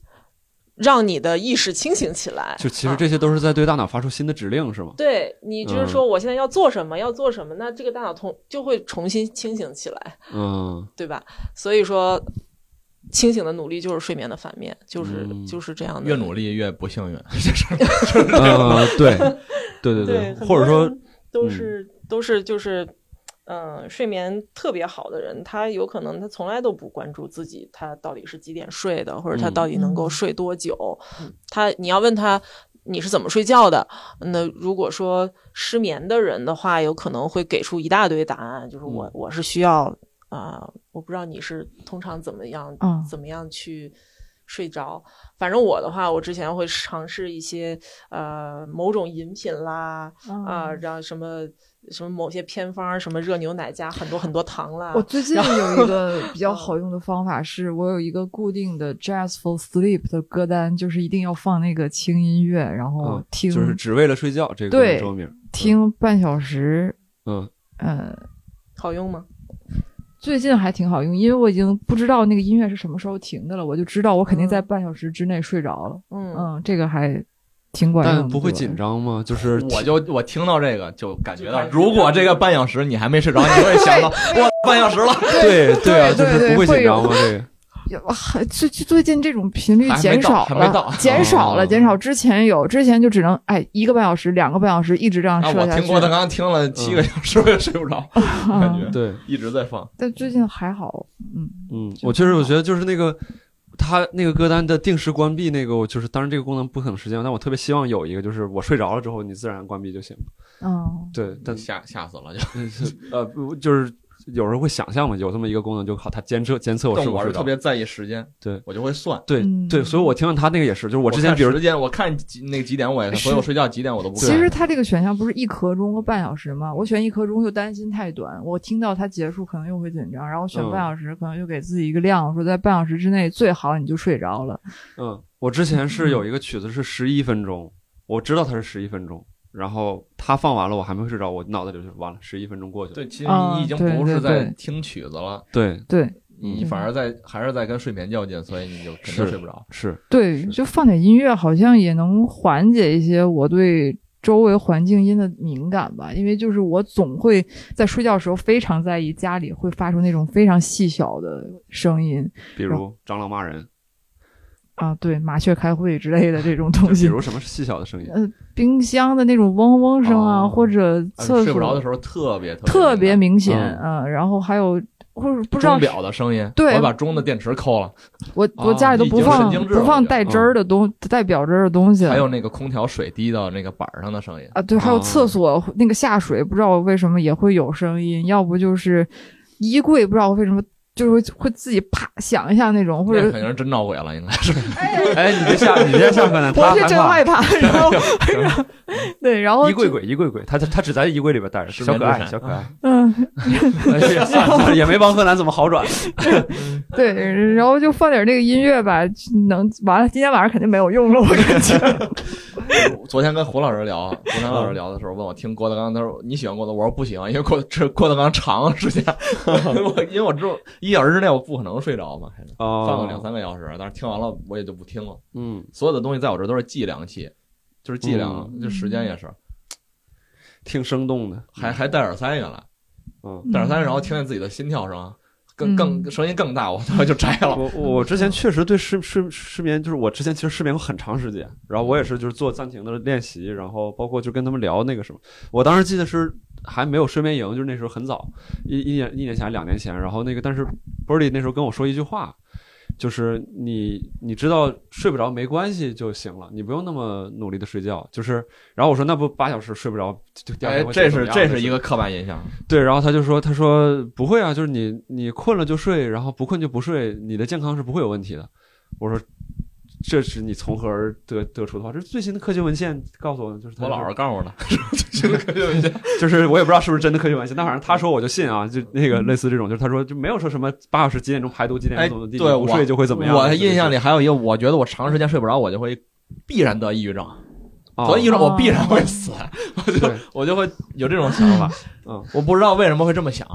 让你的意识清醒起来。就其啊实这嗯些都是在对大脑发出新的指令，是吗？对你就是说，我现在要做什么，要做什么，那这个大脑同就会重新清醒起来。嗯，对吧？所以说，清醒的努力就是睡眠的反面，就是、嗯就是这样的。越努力越不幸运， 呃，对，对对对，很或者多说，人都是、都是就是，嗯、睡眠特别好的人，他有可能他从来都不关注自己他到底是几点睡的，或者他嗯到底能够睡多久。他你要问他。你是怎么睡觉的？那如果嗯说失眠的人的话，有可能会给出一大堆答案，就是我、我是需要啊、我不知道你是通常怎么样、嗯怎么样去睡着。反正我的话，我之前会尝试一些呃某种饮品啦啊、然后什么什么某些偏方儿，什么热牛奶加很多很多糖啦我。最近有一个比嗯较好用的方法是，我有一个固定的 Jazz for Sleep 的歌单，就是一定要放那个轻音乐，然后哦嗯听、就是只为了睡觉这个对周名，听半小时。嗯，呃，好用吗？最近还挺好用，因为我已经不知道那个音乐是什么时候停的了，我就知道我肯定在嗯半小时之内睡着了。嗯嗯，这个还挺管用但的，不会对紧张吗？就是我就我听到这个就感觉到，如果这个半小时你还没睡着，你会想到 我半小时了，对对啊，就对对是不会会紧有张吗？这个哇，还最最最近这种频率还没减到少还没到了，减少了，哦减少。之前有，之前就只能哎一个半小时、两个半小时一直这样啊，设我下听去。郭德纲听了七嗯个小时，我也睡不 着，感觉对，一直在放。 但最近还好，嗯，嗯，就我确实挺我好觉得就是那个。他那个歌单的定时关闭，那个我就是，当然这个功能不可能实现，但我特别希望有一个，就是我睡着了之后，你自然关闭就行。嗯，对，但吓吓死了就。呃，不就是有时候会想象嘛，有这么一个功能就好，它监测监测我但是不我是是睡特着。别在意时间，对我就会算。对嗯对，所以我听到他那个也是，就是我之前看比如时间，我看几那个几点我也看，是所以我睡觉几点我都不其看。实它这个选项不是一刻钟和半小时吗？我选一刻钟又担心太短，我听到它结束可能又会紧张，然后选嗯半小时可能又给自己一个量，说在半小时之内最好你就睡着了。嗯，我之前是有一个曲子是十一分钟，我知道它是十一分钟，然后它放完了我还没睡着，我脑袋里就完了，十一分钟过去了。对，其实啊你已经对不是对在对听曲子了，对，对你嗯反而在还是在跟睡眠较劲，所以你就肯定是睡不着。是，对，就放点音乐，好像也能缓解一些我对。周围环境音的敏感吧，因为就是我总会在睡觉的时候非常在意家里会发出那种非常细小的声音哦比如蟑螂骂 人，啊，对麻雀开会之类的这种东比西，如什么是细小的 声音，呃，冰箱的那种嗡嗡声啊，哦或者而厕所睡不着的时候特别特别别敏明显嗯啊、然后还有或者不感知道钟表的声音，对我把钟的电池抠了，我我啊家里都已不经放神经质了不放就带针儿的东、带表针儿的东西，还有那个空调水滴到那个板儿上的声音。啊，对，还有哦厕所那个下水，不知道为什么也会有声音，要不就是衣柜，不知道为什么。就是会会自己啪响一下那种，或那者肯定是真闹鬼了，应该是。哎，你别吓，你别吓坏 了，他 我是真害怕，然后 然后对，然后衣柜就鬼，衣柜鬼，他他只在衣柜里边待着，失小眠可之爱，神 小可爱，嗯，哎呀算了算了也没帮柯南怎么好转。对，然后就放点那个音乐吧，能完了，今天晚上肯定没有用了，我感觉。 昨天跟胡老师聊，啊胡南老师聊的时候问我听郭德纲，他说你喜欢郭德，我说不喜欢，因为郭这郭德纲长时 间，我因为我知道一小时之内我不可能睡着嘛，还是哦，放个两三个小时，但是听完了我也就不听了。嗯，所有的东西在我这都是计量器，就是计量，就时间也是，挺生动的，还还戴耳塞原来嗯。戴耳塞，然后听见自己的心跳声，更更声音更大，我当时就 摘了。我我之前确实对失失失眠，就是我之前其实失眠过很长时间，然后我也是就是做暂停的练习，然后包括就跟他们聊那个什么，我当时记得是还没有睡眠营，就是那时候很早，一一年一年前还两年前，然后那个但是 Birdy 那时候跟我说一句话，就是你你知道睡不着没关系就行了，你不用那么努力的睡觉，就是然后我说那不八小时睡不着就第二哎天，会这怎么是样这就是一个刻板印象，对，然后他就说：“他说不会啊，就是你你困了就睡，然后不困就不睡，你的健康是不会有问题的。”我说：“这是你从何而得得出的话？这是最新的科学文献告诉我的，就是他我老说是告诉 我的，这个科学文献就是我也不知道是不是真的科学文献，但反正他说我就信啊，就那个类似这种，就是他说就没有说什么八小时几点钟排毒几点哎钟怎么地，对你不我睡就会怎么样。啊我就是印象里还有一个，我觉得我长时间睡不着，我就会必然得抑郁症，啊得抑郁症我哦必然会死， 我就对我就会有这种想法。 嗯，我不知道为什么会这么想。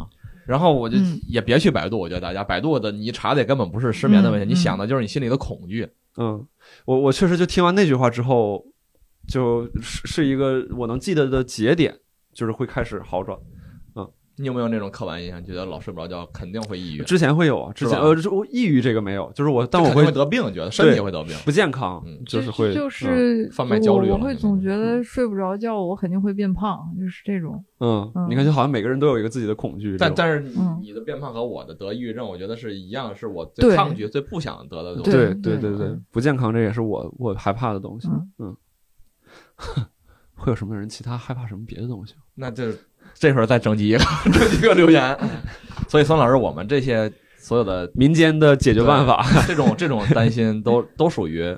然后我就嗯也别去百度，我觉得大家百度的你一查的也根本不是失眠的问题，嗯你想的就是你心里的恐惧。嗯，我我确实就听完那句话之后，就是是一个我能记得的节点，就是会开始好转。”你有没有那种刻板印象，觉得老睡不着觉肯定会抑郁，之前会有啊，之前是吧哦呃，就我抑郁这个没有，就是我，但我肯定会会得病，觉得身体会得病。不健康嗯，就是会就是贩卖焦虑了我我会现在总觉得睡不着觉，我肯定会变胖，就是这种。嗯，嗯嗯你看，就好像每个人都有一个自己的恐惧，但这种但是你嗯你的变胖和我的得抑郁症，我觉得是一样，是我最对抗拒、最不想得的东西。对对对对嗯，不健康这也是我我害怕的东西嗯， 嗯，会有什么人其他害怕什么别的东西？那就是这会儿再整几 个整几个留言。所以孙老师，我们这些所有的民间的解决办法，这种这种担心都都属于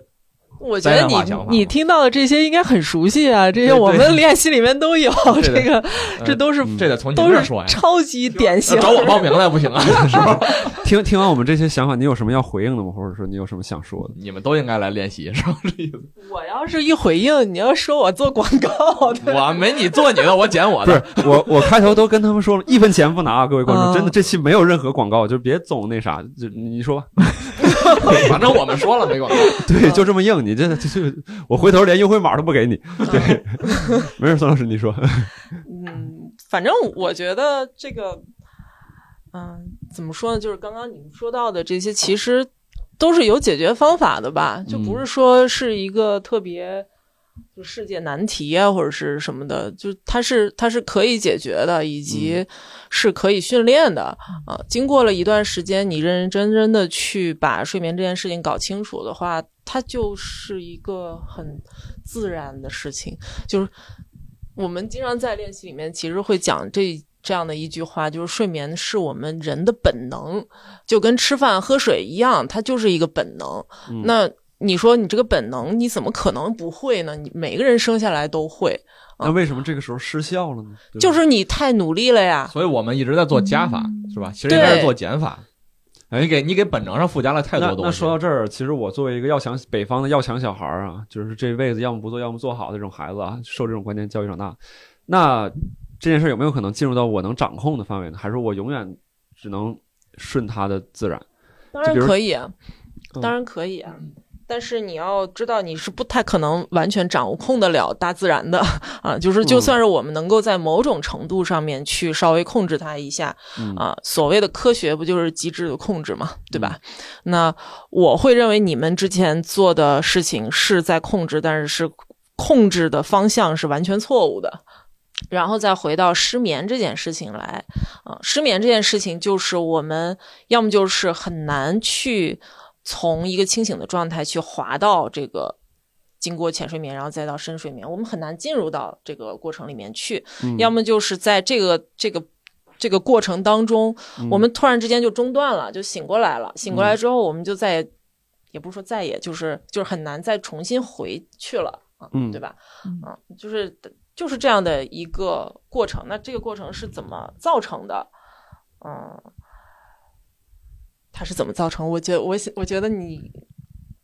我觉灾得难化想法嘛你你听到的这些应该很熟悉啊，这些我对们练习里面都有， 对这对个呃这都是嗯这得从你都这儿是说呀，嗯超级典型那。找我报名来不行啊，是吧？ 听听完我们这些想法，你有什么要回应的吗？或者说你有什么想说的？ 你们都应该来练习，是吧？这意思。我要是一回应，你要说我做广告 的，我没你做你的，我剪我不的是。我，我开头都跟他们说了，一分钱不拿，啊各位观众，嗯真的这期没有任何广告，就别总那啥，就你说吧，反正我们说了没广 告。啊对，就这么硬，你这这这，我回头连优惠码都不给 你，对，没事，孙老师你说，啊嗯，反正我觉得这个，嗯、怎么说呢？就是刚刚你们说到的这些，其实都是有解决方法的吧，就不是说是一个特别就世界难题啊，或者是什么的，就它是它是可以解决的，以及是可以训练的啊、经过了一段时间，你认认真真的去把睡眠这件事情搞清楚的话，它就是一个很自然的事情，就是。我们经常在练习里面，其实会讲这这样的一句话，就是睡眠是我们人的本能，就跟吃饭喝水一样，它就是一个本能。嗯那你说你这个本能，你怎么可能不会呢？你每个人生下来都会，那为什么这个时候失效了呢？对吧就是你太努力了呀。所以我们一直在做加法，嗯是吧？其实应该是对做减法。哎，你给你给本能上附加了太多那东西。那说到这儿，其实我作为一个要强北方的要强小孩儿啊，就是这辈子要么不做，要么做好的这种孩子啊，受这种观念教育长大，那这件事有没有可能进入到我能掌控的范围呢？还是我永远只能顺它的自然？当然就比如可以啊，嗯当然可以啊。但是你要知道，你是不太可能完全掌控得了大自然的 啊。就是，就嗯算是我们能够在某种程度上面去稍微控制它一下嗯啊，所谓的科学不就是极致的控制嘛，对吧？那我会认为你们之前做的事情是在控制，但是是控制的方向是完全错误的。然后再回到失眠这件事情来，啊、失眠这件事情就是我们要么就是很难去从一个清醒的状态去滑到这个经过浅睡眠，然后再到深睡眠，我们很难进入到这个过程里面去；嗯要么就是在这个这个这个过程当中，嗯我们突然之间就中断了，就醒过来了。醒过来之后，我们就再也、也不是说再也，就是就是很难再重新回去了，啊嗯对吧？嗯啊，就是就是这样的一个过程。那这个过程是怎么造成的？嗯，它是怎么造成？我觉得我我觉得你。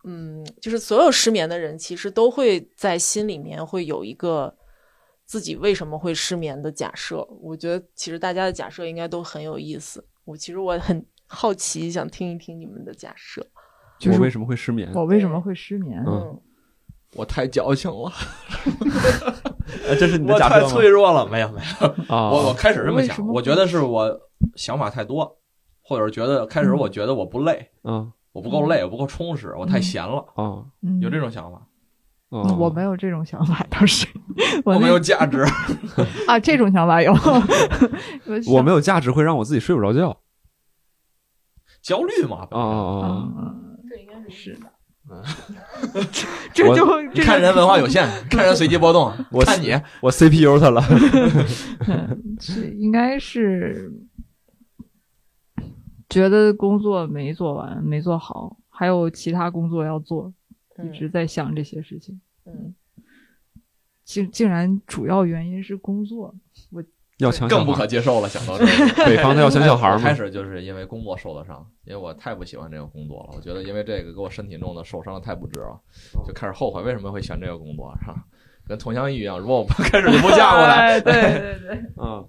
嗯，就是所有失眠的人，其实都会在心里面会有一个自己为什么会失眠的假设。我觉得其实大家的假设应该都很有意思。我其实我很好奇，想听一听你们的假设。就我是为什么会失眠？我为什么会失眠？嗯我太矫情了，哎这是你的我假太设吗脆？弱了。没有没有，啊，我我开始这么为什想，么我觉得是我想法太多，或者是觉得开始我觉得我不累，嗯我不够累，我不够充实，我太闲了，啊嗯有这种想法，啊，我没有这种想法，倒是我我没那有价值。啊，这种想 法有，我没有价值会让我自己睡不着觉焦虑嘛。啊啊想啊！哦嗯，这应该是是的 嗯，这我就你这看就人文化有限，看人随机波动， 我看你我 CPU 它了， 是应该是觉得工作没做完，没做好，还有其他工作要做，一直在想这些事情。嗯竟竟然主要原因是工作，要强更不可接受了。想到这个，北方的要强小孩 我开嘛，始就是因为工作受的伤，因为我太不喜欢这个工作了。我觉得因为这个给我身体弄得受伤的太不值了，哦就开始后悔为什么会选这个工作，是吧？跟佟湘玉一样，如果我不 开始就不嫁过来，哎对对对，嗯，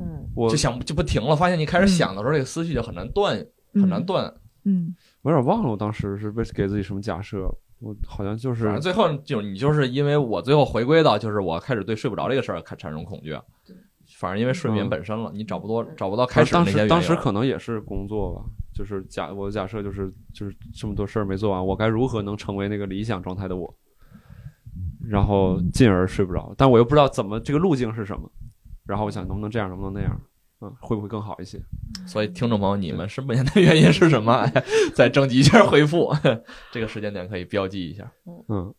嗯我就想就不停了。发现你开始想的时候，这个思绪就很难断，很难断。嗯。我有点忘了我当时是为给自己什么假设，我好像就是反正最后就是你就是因为我最后回归到就是我开始对睡不着这个事儿开产生恐惧，反正因为睡眠嗯本身了，你找不多找不到开始当那些原时因当时了可能也是工作吧，就是假我的假设就是就是这么多事儿没做完，我该如何能成为那个理想状态的我？然后进而睡不着，但我又不知道怎么这个路径是什么，然后我想能不能这样，能不能那样，嗯，会不会更好一些？所以听众朋友，你们失眠的原因是什么？哎再征集一下回复，这个时间点可以标记一下。嗯，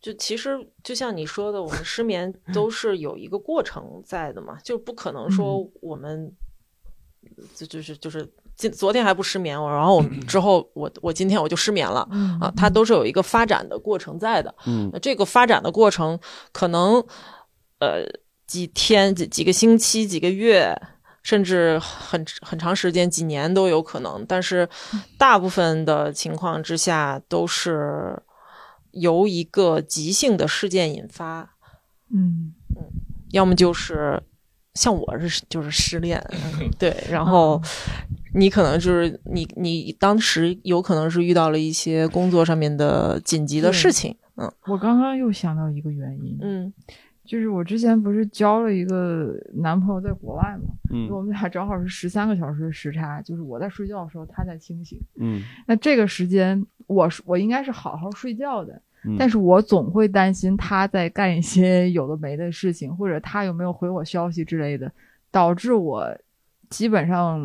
就其实就像你说的，我们失眠都是有一个过程在的嘛，就不可能说我们就就是就是今昨天还不失眠，我然后我之后我我今天我就失眠了嗯啊，它都是有一个发展的过程在的。嗯那这个发展的过程可能呃几天、几几个星期、几个月，甚至很很长时间、几年都有可能。但是大部分的情况之下，都是由一个急性的事件引发，嗯要么就是像我是就是失 恋，嗯对，然后你可能就是你你当时有可能是遇到了一些工作上面的紧急的对事情，嗯我刚刚又想到一个原因，嗯就是我之前不是交了一个男朋友在国外嘛，嗯我们俩正好是十三个小时的时差，就是我在睡觉的时候他在清醒。嗯那这个时间我是我应该是好好睡觉的，嗯但是我总会担心他在干一些有的没的事情，或者他有没有回我消息之类的，导致我基本上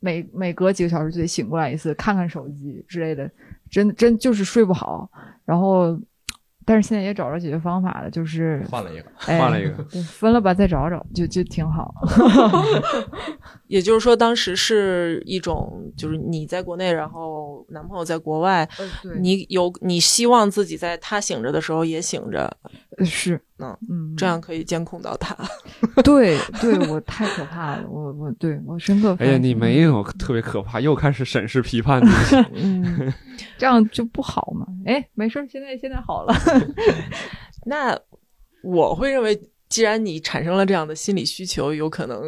每每隔几个小时就得醒过来一次，看看手机之类的，真真就是睡不好。然后，但是现在也找着解决方法了，就是换了一个， 换了一个 哎、对分了吧，再找找，就就挺好。也就是说，当时是一种，就是你在国内，然后男朋友在国外，对你有你希望自己在他醒着的时候也醒着，是，嗯嗯，这样可以监控到他。 对对，我太可怕了，我我对我深刻。哎呀，你没有特别可怕，又开始审视批判自己。嗯，这样就不好嘛？哎，没事儿，现在现在好了。那我会认为，既然你产生了这样的心理需求，有可能。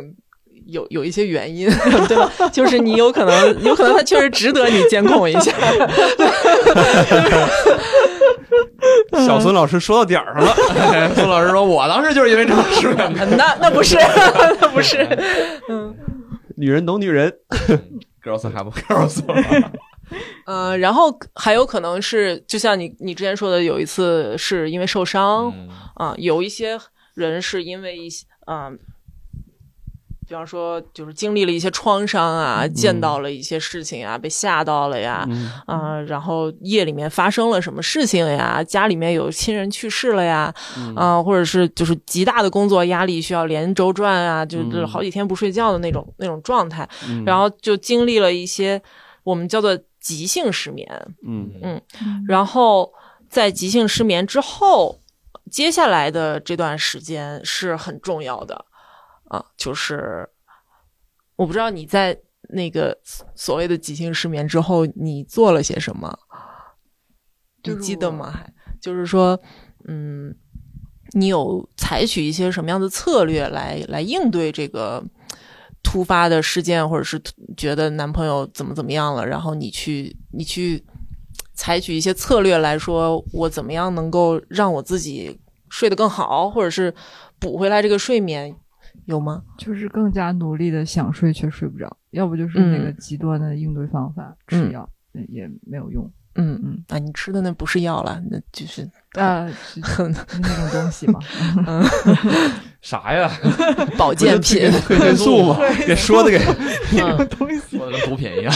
有有一些原因， 对吧？就是你有可能，有可能他确实值得你监控一下。嗯小孙老师说到点儿上 了，孙老师说，我当时就是因为这个失眠的。 那那不是， 那不是。女人懂女人。 Girls have girls，呃，然后还有可能是，就像你你之前说的，有一次是因为受伤嗯啊、有一些人是因为一些啊、比方说就是经历了一些创伤啊，见到了一些事情啊，被吓到了呀，嗯啊、然后夜里面发生了什么事情呀，家里面有亲人去世了呀，嗯啊、或者是就是极大的工作压力需要连轴转啊，就嗯是好几天不睡觉的那种那种状态，嗯然后就经历了一些我们叫做急性失眠， 嗯然后在急性失眠之后，接下来的这段时间是很重要的啊，就是我不知道你在那个所谓的急性失眠之后，你做了些什么，就是你记得我吗？还就是说，嗯。你有采取一些什么样的策略来来应对这个突发的事件，或者是突觉得男朋友怎么怎么样了，然后你去你去采取一些策略来说，我怎么样能够让我自己睡得更好，或者是补回来这个睡眠，有吗？就是更加努力的想睡却睡不着，要不就是那个极端的应对方法，嗯吃药嗯也没有 用。嗯嗯，啊，你吃的那不是药了，那就是啊，是很那种东 西嘛，啥呀？保健品。褪黑素嘛，给说的给那种东西。说的跟毒品一样。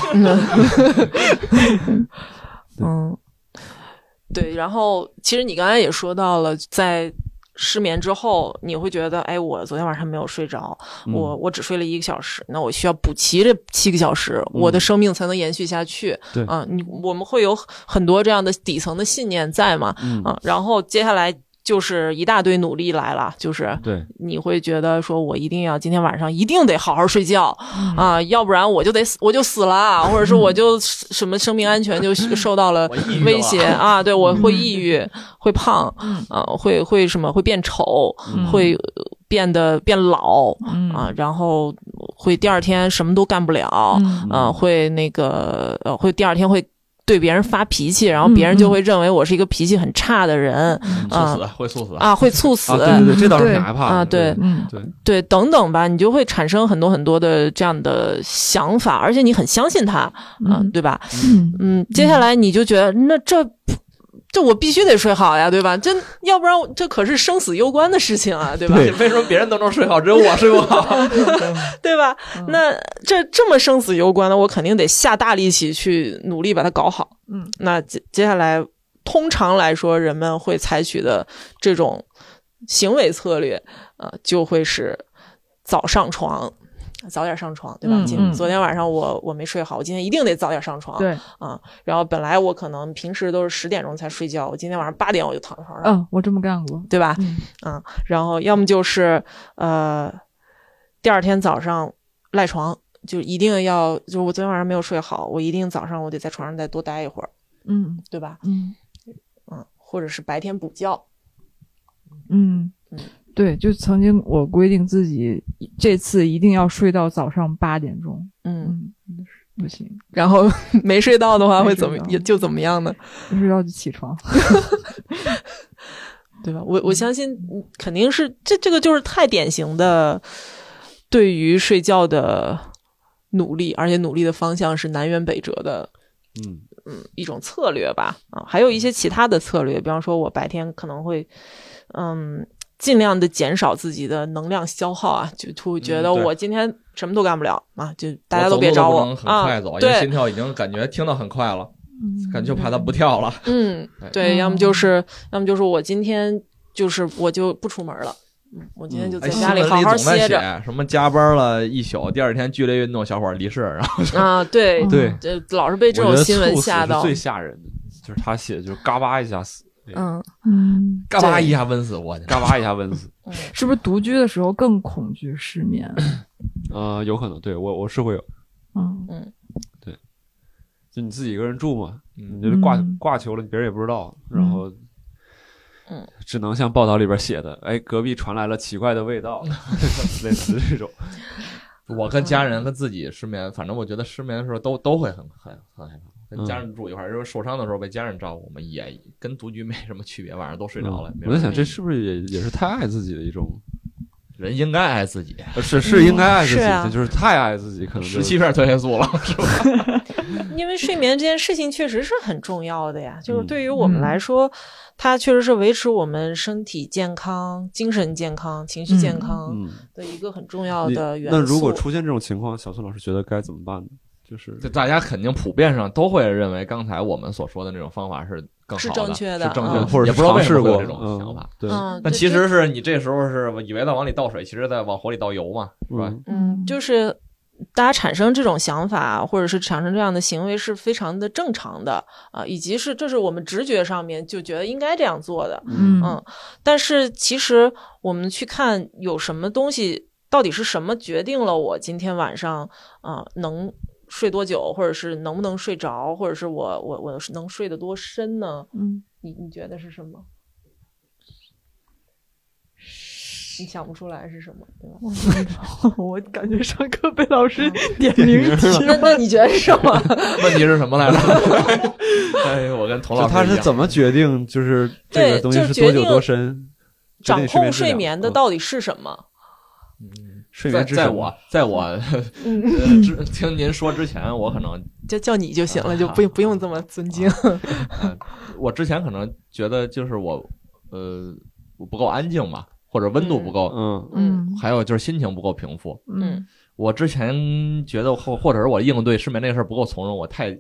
嗯，对。然后，其实你刚才也说到了，在失眠之后，你会觉得，哎，我昨天晚上没有睡着，嗯我我只睡了一个小时，那我需要补齐这七个小时，我的生命才能延续下去。嗯对啊，你我们会有很多这样的底层的信念在嘛？嗯啊，然后接下来就是一大堆努力来了，就是对，你会觉得说我一定要今天晚上一定得好好睡觉嗯啊，要不然我就得死我就死了，啊或者是我就什么生命安 全就受到了我抑郁了威胁啊，对嗯我会抑郁，会胖啊，会会什么会变丑，嗯会呃变得变老嗯啊，然后会第二天什么都干不了，嗯啊，会那个呃，会第二天会对别人发脾气，嗯然后别人就会认为我是一个脾气很差的人猝死会猝死，啊，会猝死啊，对对对，这倒是挺害怕的啊对嗯对，对等等吧，你就会产生很多很多的这样的想法，而且你很相信他，啊嗯，对吧？嗯嗯，接下来你就觉得那这。这我必须得睡好呀，对吧？这要不然我这可是生死攸关的事情啊，对吧？对为什么别人都能睡好，只有我睡不好？对吧？那这这么生死攸关的，我肯定得下大力气去努力把它搞好。嗯，那接接下来通常来说人们会采取的这种行为策略，呃，就会是早上床，早点上床，对吧？嗯今嗯昨天晚上我我没睡好，我今天一定得早点上床。对，啊，然后本来我可能平时都是十点钟才睡觉，我今天晚上八点我就躺床上了，嗯，我这么干过。对吧？嗯，啊，然后要么就是呃，第二天早上赖床，就一定要，就是我昨天晚上没有睡好，我一定早上我得在床上再多待一会儿，嗯对吧？嗯嗯，或者是白天补觉，嗯嗯，对，就曾经我规定自己这次一定要睡到早上八点钟。嗯，嗯，不行，然后 没睡到的话没会睡怎么到也就怎么样呢？不睡觉就起床。对吧？我我相信嗯肯定是这这个就是太典型的对于睡觉的努力，而且努力的方向是南辕北辙的嗯，一种策略吧。啊，还有一些其他的策略，比方说我白天可能会嗯尽量的减少自己的能量消耗啊，就就会觉得嗯对我今天什么都干不了啊，就大家走别路找不我能很啊快走，，因为心对，跳已经感觉听到很快了，嗯感觉就怕它不 跳了。嗯，嗯对，要么就是要么就是我今天就是我就不出门了。嗯，我今嗯天就在哎，家新闻好好总在歇着，写什么加班了一宿，第二天剧烈运动，小伙儿离世，然后啊，对嗯，对，这老是被这我种觉得新闻猝死吓是到最。吓人的，就是他写就是嘎巴一下死，嗯，嗯，嘎巴一下闷死我。嘎巴一下闷死，是不是独居的时候更恐惧失眠？ 啊呃，有可能，对我我是会有，嗯，就你自己一个人住嘛，你嗯，就是挂嗯挂球了，别人也不知道，嗯然后，嗯，只能像报道里边写的，哎，隔壁传来了奇怪的味道， 类似这种，我跟家人跟自己失眠，反正我觉得失眠的时候都都会很很很害怕。跟家人住一块儿，如果受伤的时候被家人照顾，我们也跟独居没什么区别，晚上都睡着了。嗯没我在人想， 这是不是也也是太爱自己的一种？人应该爱自己，呃是是应该爱自己，是啊但就是太爱自己，可能就十七片褪黑素了。嗯因为睡眠这件事情确实是很重要的呀，就是嗯对于我们嗯来说，它确实是维持我们身体健康、精神健康、情绪健康嗯。的一个很重要你的元素。那如果出现这种情况，小宋老师觉得该怎么办呢？就是就大家肯定普遍上都会认为刚才我们所说的那种方法是更好的，是正确的是正确嗯或者是也不知道尝为什试么会有过这种想法。，嗯嗯，但就其就实是你这时候是以为在往里倒水，其实在往火里倒油 嘛，是对，吧？嗯嗯，就是大家产生这种想法，或者是产生这样的行为是非常的正常的啊、以及是这是我们直觉上面就觉得应该这样做的。嗯嗯，但是其实我们去看有什么东西，到底是什么决定了我今天晚上啊、能睡多久，或者是能不能睡着，或者是我我我是能睡得多深呢？嗯，你你觉得是什么？你想不出来是什么，对吧？我不知道 我感觉上课被老师点名题 那那你觉得是什么？问题是什么来 着？哎呦，我跟童就老师他一是样怎么决定就是这对个东西就是决多久定多深？决掌定控睡睡眠眠质量的嗯到底是什么？睡在眠之在神我在我嗯，呃之听您说之前，我可能就叫你就行了，就不用不用这么尊敬。呃我之前可能觉得就是我呃我不够安静吧，或者温度不够，嗯嗯还有就是心情不够平复。嗯我之前觉得或或者是我应对失眠那个事儿不够从容，我太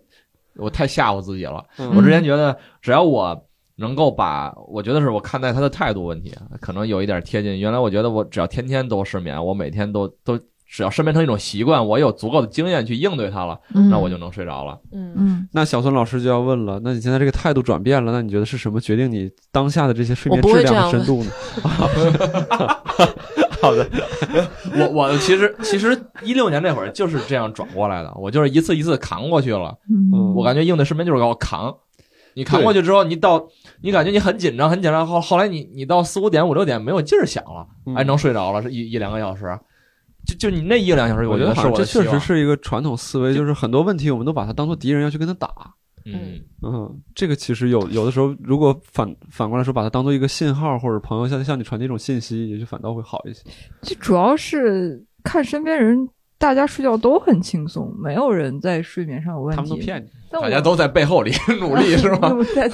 我太吓唬自己了。嗯我之前觉得只要我能够把，我觉得是我看待他的态度问题，可能有一点贴近。原来我觉得我只要天天都失眠，我每天都都只要失眠成一种习惯，我有足够的经验去应对它了，嗯，那我就能睡着了。嗯嗯，那小孙老师就要问了，那你现在这个态度转变了，那你觉得是什么决定你当下的这些睡我眠不质会量这的样深度呢？好的，我我其实其实一六年那会儿就是这样转过来的，我就是一次一次扛过去了。嗯我感觉应对失眠就是给我扛。你扛过去之后，你到你感觉你很紧张，很紧张。后后来你你到四五点五六点没有劲儿响了，嗯哎，能睡着了，是一一两个小时。就就你那一个两小时，我觉觉得得是好像我这的确希实望，是一个传统思维，就是很多问题我们都把它当做敌人要去跟他打。嗯，嗯，这个其实有有的时候，如果反反过来说，把它当做一个信号，或者朋友向向你传递一种信息，也许反倒会好一些。这主要是看身边人，大家睡觉都很轻松，没有人在睡眠上有问他题。们都骗你，但大我家都在背后里 努力是 吧？我在，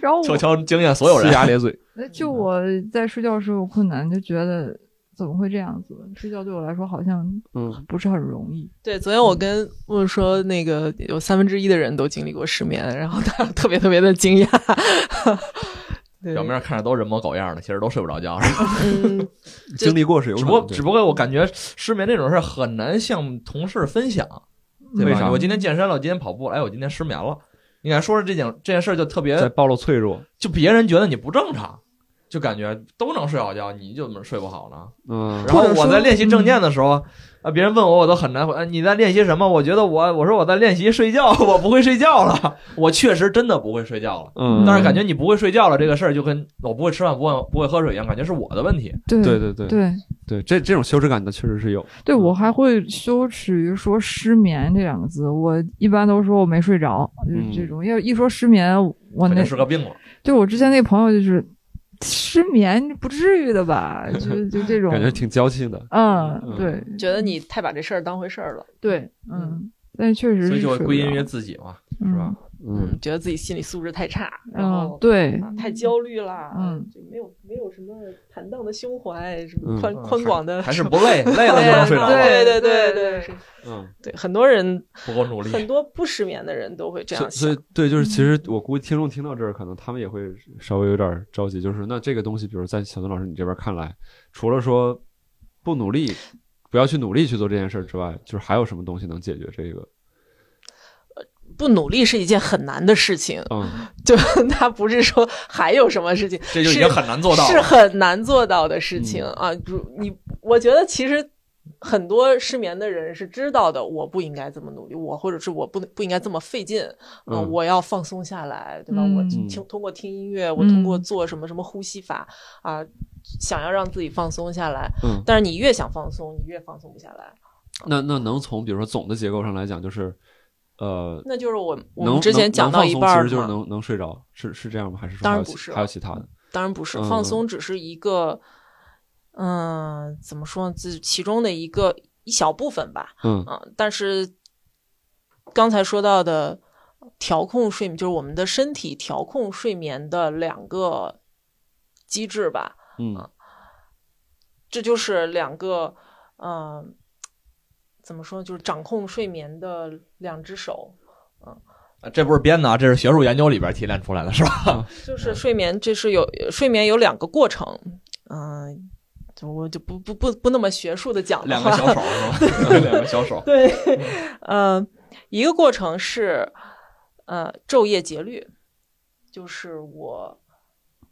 然后悄我悄惊艳所有人啊呲，牙咧嘴。就我在睡觉的时候有困难，就觉得怎么会这样子？睡觉对我来说好像嗯不是很容易。对，昨天我跟问说，那个有三分之一的人都经历过失眠，然后他特别特别的惊讶。对表面看着都人模狗样的，其实都睡不着觉。是吧嗯，这经历过是有只可不能过，的，只不过我感觉失眠这种事儿很难向同事分享，对为啥吧？我今天健身了，我今天跑步了，哎，我今天失眠了。你看，说是这件这件事儿就特在别，暴露脆弱。就别人觉得你不正常，就感觉都能睡好觉，你就怎么睡不好呢？嗯然后或者说嗯我在练习正念的时候，啊，别人问我，我都很难回。哎你在练习什么？我觉得我，我说我在练习睡觉， 我不会睡觉了。我确实真的不会睡觉了。嗯，但是感觉你不会睡觉了这个事儿，就跟我不会吃饭、不会不会喝水一样，感觉是我的问题。对对对对嗯对对，这这种羞耻感的确实是有。对我还会羞耻于说失眠这两个字，我一般都说我没睡着，就是这种。要一说失眠，我嗯肯那定是个病了。对我之前那个朋友就是失眠，不至于的吧？就就 这种感觉挺娇气的，嗯嗯，对觉得你太把这事儿当回事儿了，对，嗯，但确实所以是就会睡不归因着于自己嘛，嗯是吧？嗯，觉得自己心理素质太差，然嗯后，、对，啊太焦虑啦，嗯，就没有没有什么坦荡的胸怀，什么嗯宽、嗯宽广的，还是不累，累了就能睡着了， 对对对对对对对对嗯，对，很多人不够努力。很多不失眠的人都会这所以样所想以，对，就是其实我估计听众听到这儿，可能他们也会稍微有点着急，就是那这个东西，比如在小东老师你这边看来，除了说不努力，不要去努力去做这件事儿之外，就是还有什么东西能解决这 个？不努力是一件很难的事情，嗯就他不是说还有什么事情，这就已经很难做到是了。很难做到的事情嗯啊。如你，我觉得其实很多失眠的人是知道的，我不应该这么努力，我或者是我不不应该这么费劲啊、嗯我要放松下来，对吧？嗯我听通过听音乐，我通过做什么什么呼吸法啊，想要让自己放松下来。嗯，但是你越想放松，你越放松不下来。那那能从比如说总的结构上来讲，就是呃，那就是我我能们之前能讲能到放一松半其儿实就是嘛能能睡着，是是这样吗？还是说当还然有不其是还有其他的？当然不是，嗯放松只是一个，嗯、怎么说呢？这其中的一个一小部分吧，嗯嗯、但是刚才说到的调控睡眠，就是我们的身体调控睡眠的两个机制吧，嗯这就是两个，嗯、怎么说呢？就是掌控睡眠的两只手，这不是编的啊，这是学术研究里边提炼出来的，是 吧？就是睡眠，这是有睡眠有两个过程，嗯、就我就不不不不那么学术的讲了两个小手是吧？ 两个小手，对，呃，一个过程是呃昼夜节律，就是我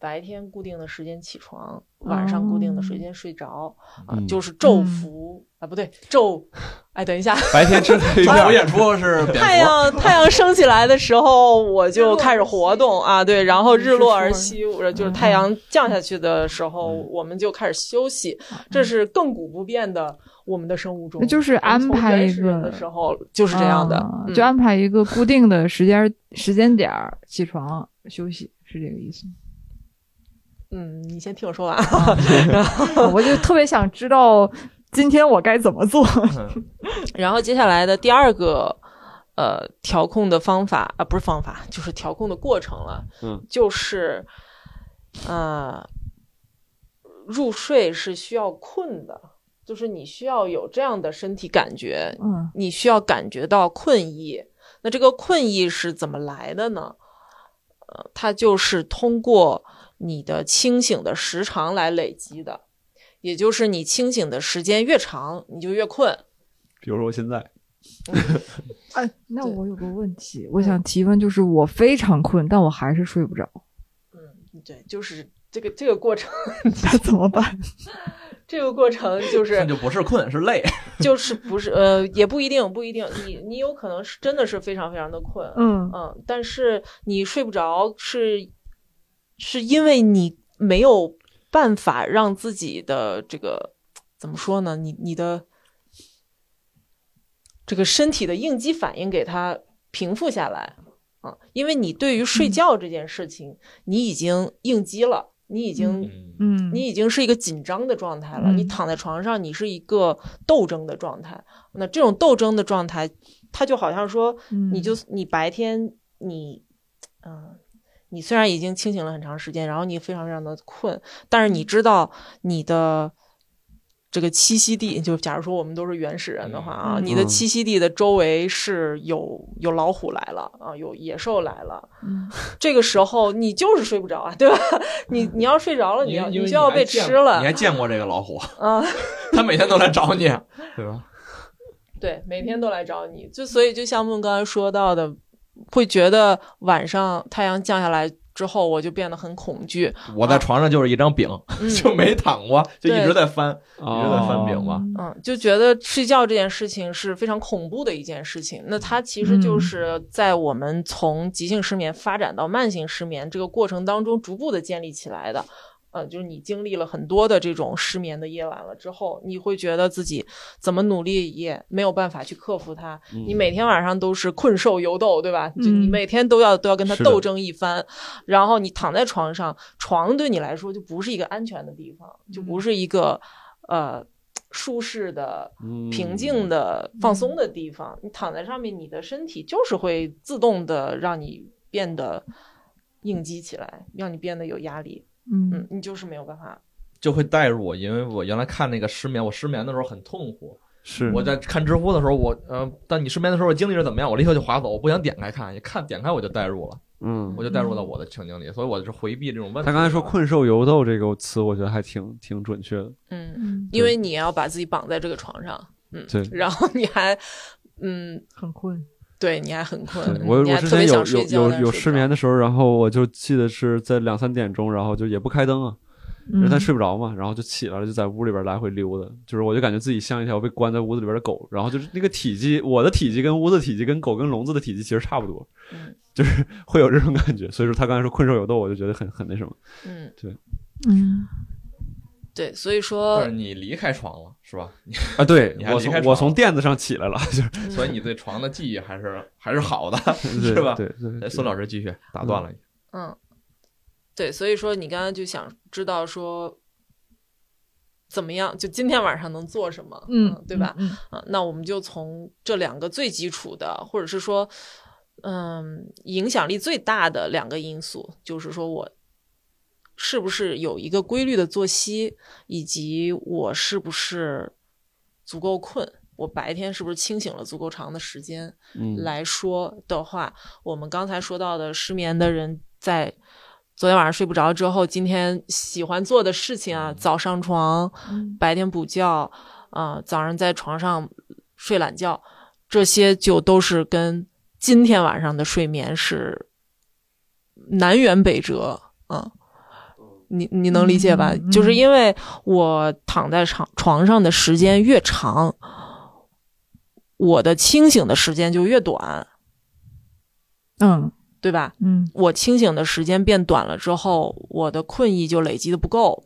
白天固定的时间起床，晚上固定的时间睡着，啊、嗯就是昼嗯伏、啊，不对，昼，哎，等一下，白天吃对 面演出是蝙太蝠，阳太阳升起来的时候，我就开始活动啊，对，然后日落而日息，呃就是太阳降下去的时候，我们就开始休息，这是亘古不变的我们的生物钟，嗯就是安排一我们从原始个人的时候就是这样的，啊嗯就安排一个固定的时间时间点儿起床休息，是这个意思 吗。嗯，你先听我说完。 啊我就特别想知道今天我该怎么做。 嗯然后接下来的第二个呃调控的方法啊、不是方法，就是调控的过程了。嗯，就是呃入睡是需要困的，就是你需要有这样的身体感觉，嗯你需要感觉到困意。那这个困意是怎么来的呢？呃，它就是通过你的清醒的时长来累积的，也就是你清醒的时间越长，你就越困。比如说我现在，哎，那对嗯我有个问题，我想提问，就是我非常困，但我还是睡不着， 对，就是这个这个过程，那怎么办？这个过程就那 是就不是困，是累。就是不是呃，也不一定不一定，你你有可能是真的是非常非常的困，嗯嗯，但是你睡不着是是因为你没有办法让自己的这个怎么说呢？你你的这个身体的应激反应给它平复下来啊，因为你对于嗯睡觉这件事情，你已经应激了，你已经、嗯，你已经是一个紧张的状态了，嗯你躺在床上，你是一个斗争的状态。那这种斗争的状态，它就好像说，嗯你就你白天你，嗯、你虽然已经清醒了很长时间，然后你非常非常的困，但是你知道你的这个栖息地，就假如说我们都是原始人的话啊，嗯你的嗯栖息地的周围是有有老虎来了啊，有野兽来了，嗯这个时候你就是睡不着啊，对吧？ 你你要睡着了，你要因为就要还被见吃过了你还见过这个老虎？ 啊！它每天都来找你，对吧？对，每天都来找你，就所以就像梦刚才说到的，会觉得晚上太阳降下来之后，我就变得很恐惧。我在床上就是一张饼， 嗯 就没躺过，就一对直在翻。哦直在翻饼吧嗯嗯，就觉得睡觉这件事情是非常恐怖的一件事情。那它其实就是在我们从急性失眠发展到慢性失眠这个过程当中逐步的建立起来的。呃，就是你经历了很多的这种失眠的夜晚了之后，你会觉得自己怎么努力也没有办法去克服它。嗯你每天晚上都是困兽犹斗，对吧？就你嗯每天都要都要跟它是的斗争一番，然后你躺在床上，床对你来说就不是一个安全的地方，就不是一个呃舒适的、嗯平静的，的、放松的地方。你躺在上面，你的身体就是会自动的让你变得应激起来，让你变得有压力。嗯嗯，你就是没有办法。就会带入我，因为我原来看那个失眠，我失眠的时候很痛苦，是我在看知乎的时候，我呃，但你身边的时候经历是怎么样？我立刻就划走，我不想点开看，一看点开我就代入了，嗯。我就代入到我的情境里，所以我是回避这种问题。他刚才说“困兽犹斗”这个词，我觉得还挺挺准确的。嗯，嗯，因为你要把自己绑在这个床上，嗯，对然后你还，嗯，很困，对你还很困对，嗯我嗯你我还之特前别有想睡有觉，有但是有睡不失着眠的时候，然后我就记得是在两三点钟，然后就也不开灯啊，因为他嗯睡不着嘛，然后就起来了，就在屋里边来回溜达，就是我就感觉自己像一条被关在屋子里边的狗，然后就是那个体积，我的体积跟屋子体积跟狗跟笼子的体积其实差不多，嗯 就是会有这种感觉，所以说他刚才说困兽犹斗，我就觉得很很那什么，嗯，嗯对，所以但说是你离开床了，是吧？你啊，对你还我离开从床我从垫子上起来了，就是 所以你对床的记忆还是 还是好的。对是吧对对，哎对孙老师继续打断了你，嗯，对，所以说你刚刚就想知道说怎么样，就今天晚上能做什么，嗯，对吧？嗯？啊，那我们就从这两个最基础的，或者是说，嗯，影响力最大的两个因素，就是说我是不是有一个规律的作息，以及我是不是足够困，我白天是不是清醒了足够长的时间。嗯来说的话，我们刚才说到的失眠的人在。昨天晚上睡不着之后，今天喜欢做的事情啊，早上床，嗯白天补觉，啊、早上在床上睡懒觉，这些就都是跟今天晚上的睡眠是南辕北辙啊、你你能理解吧？嗯嗯就是因为我躺在床床上的时间越长，我的清醒的时间就越短，嗯对吧？嗯我清醒的时间变短了之后，我的困意就累积的不够，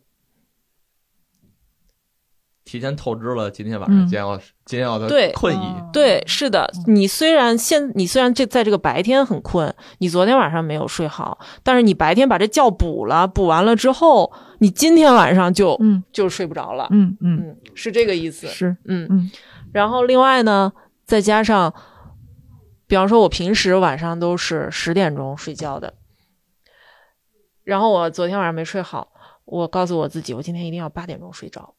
提前透支了今天晚上嗯煎熬煎熬的对困意。哦对，是的，你虽然现你虽然这在这个白天很困，你昨天晚上没有睡好，但是你白天把这觉补了，补完了之后，你今天晚上就、嗯就睡不着了。嗯嗯，嗯，是这个意思。是嗯嗯然后另外呢，再加上，比方说我平时晚上都是十点钟睡觉的，然后我昨天晚上没睡好，我告诉我自己，我今天一定要八点钟睡着。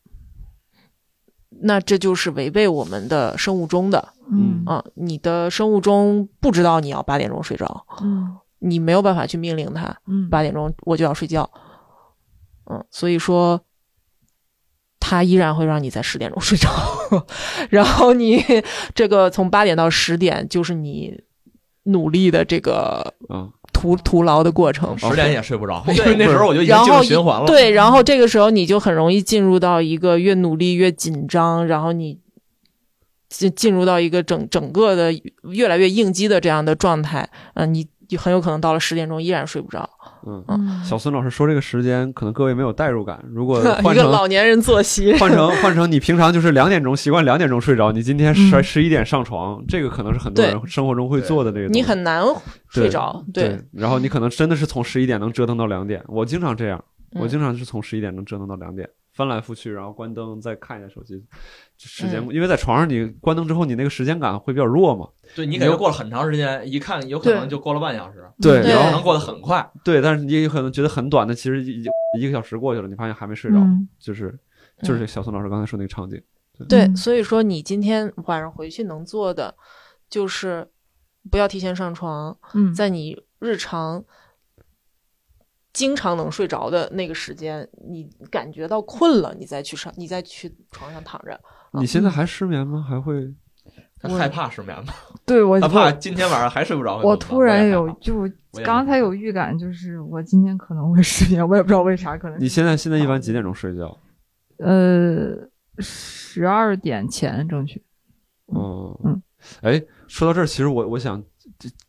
那这就是违背我们的生物钟的，嗯嗯啊，你的生物钟不知道你要八点钟睡着，嗯你没有办法去命令它嗯八点钟我就要睡觉。嗯，所以说，它依然会让你在十点钟睡着， 然后你这个从八点到十点就是你努力的这个啊徒徒劳的过程。十点也睡不着，对因为 那时候我就已经然进入后循环哦了。对，然后这个时候你就很容易进入到一个越努力越紧张，然后你进进入到一个整整个的越来越应激的这样的状态。嗯、你你很有可能到了十点钟依然睡不着。嗯。嗯小孙老师说这个时间，可能各位没有代入感。如果 一呃换个成老年人作息，换成换成你平常就是两点钟习惯两点钟睡着，你今天十嗯十一点上床，这个可能是很多对人生活中会做的这个东西。你很难睡对着。对，然后你可能真的是从十一点能折腾到两点。我经常这样，嗯我经常是从十一点能折腾到两点，翻来覆去，然后关灯再看一下手机，时间、嗯因为在床上你关灯之后，你那个时间感会比较弱嘛。对你感觉过了很长时间，一看有可能就过了半小时，对对有可能过得很快。对，但是你也有可能觉得很短的，其实一一个小时过去了，你发现还没睡着，嗯就是就是这小宋老师刚才说那个场景。对，嗯所以说你今天晚上回去能做的，就是不要提前上床，嗯，在你日常经常能睡着的那个时间，你感觉到困了，你再去上，你再去床上躺 着。啊你嗯现在还失眠吗？还会他害怕失眠吗？对我他我怕今天晚上还睡不着。我突然有就我也刚才有预感，就是我今天可能会失眠，我也不知道为啥，可能你现在现在一般几点钟睡觉？呃十二点前正确。嗯嗯，哎，说到这儿，其实我我想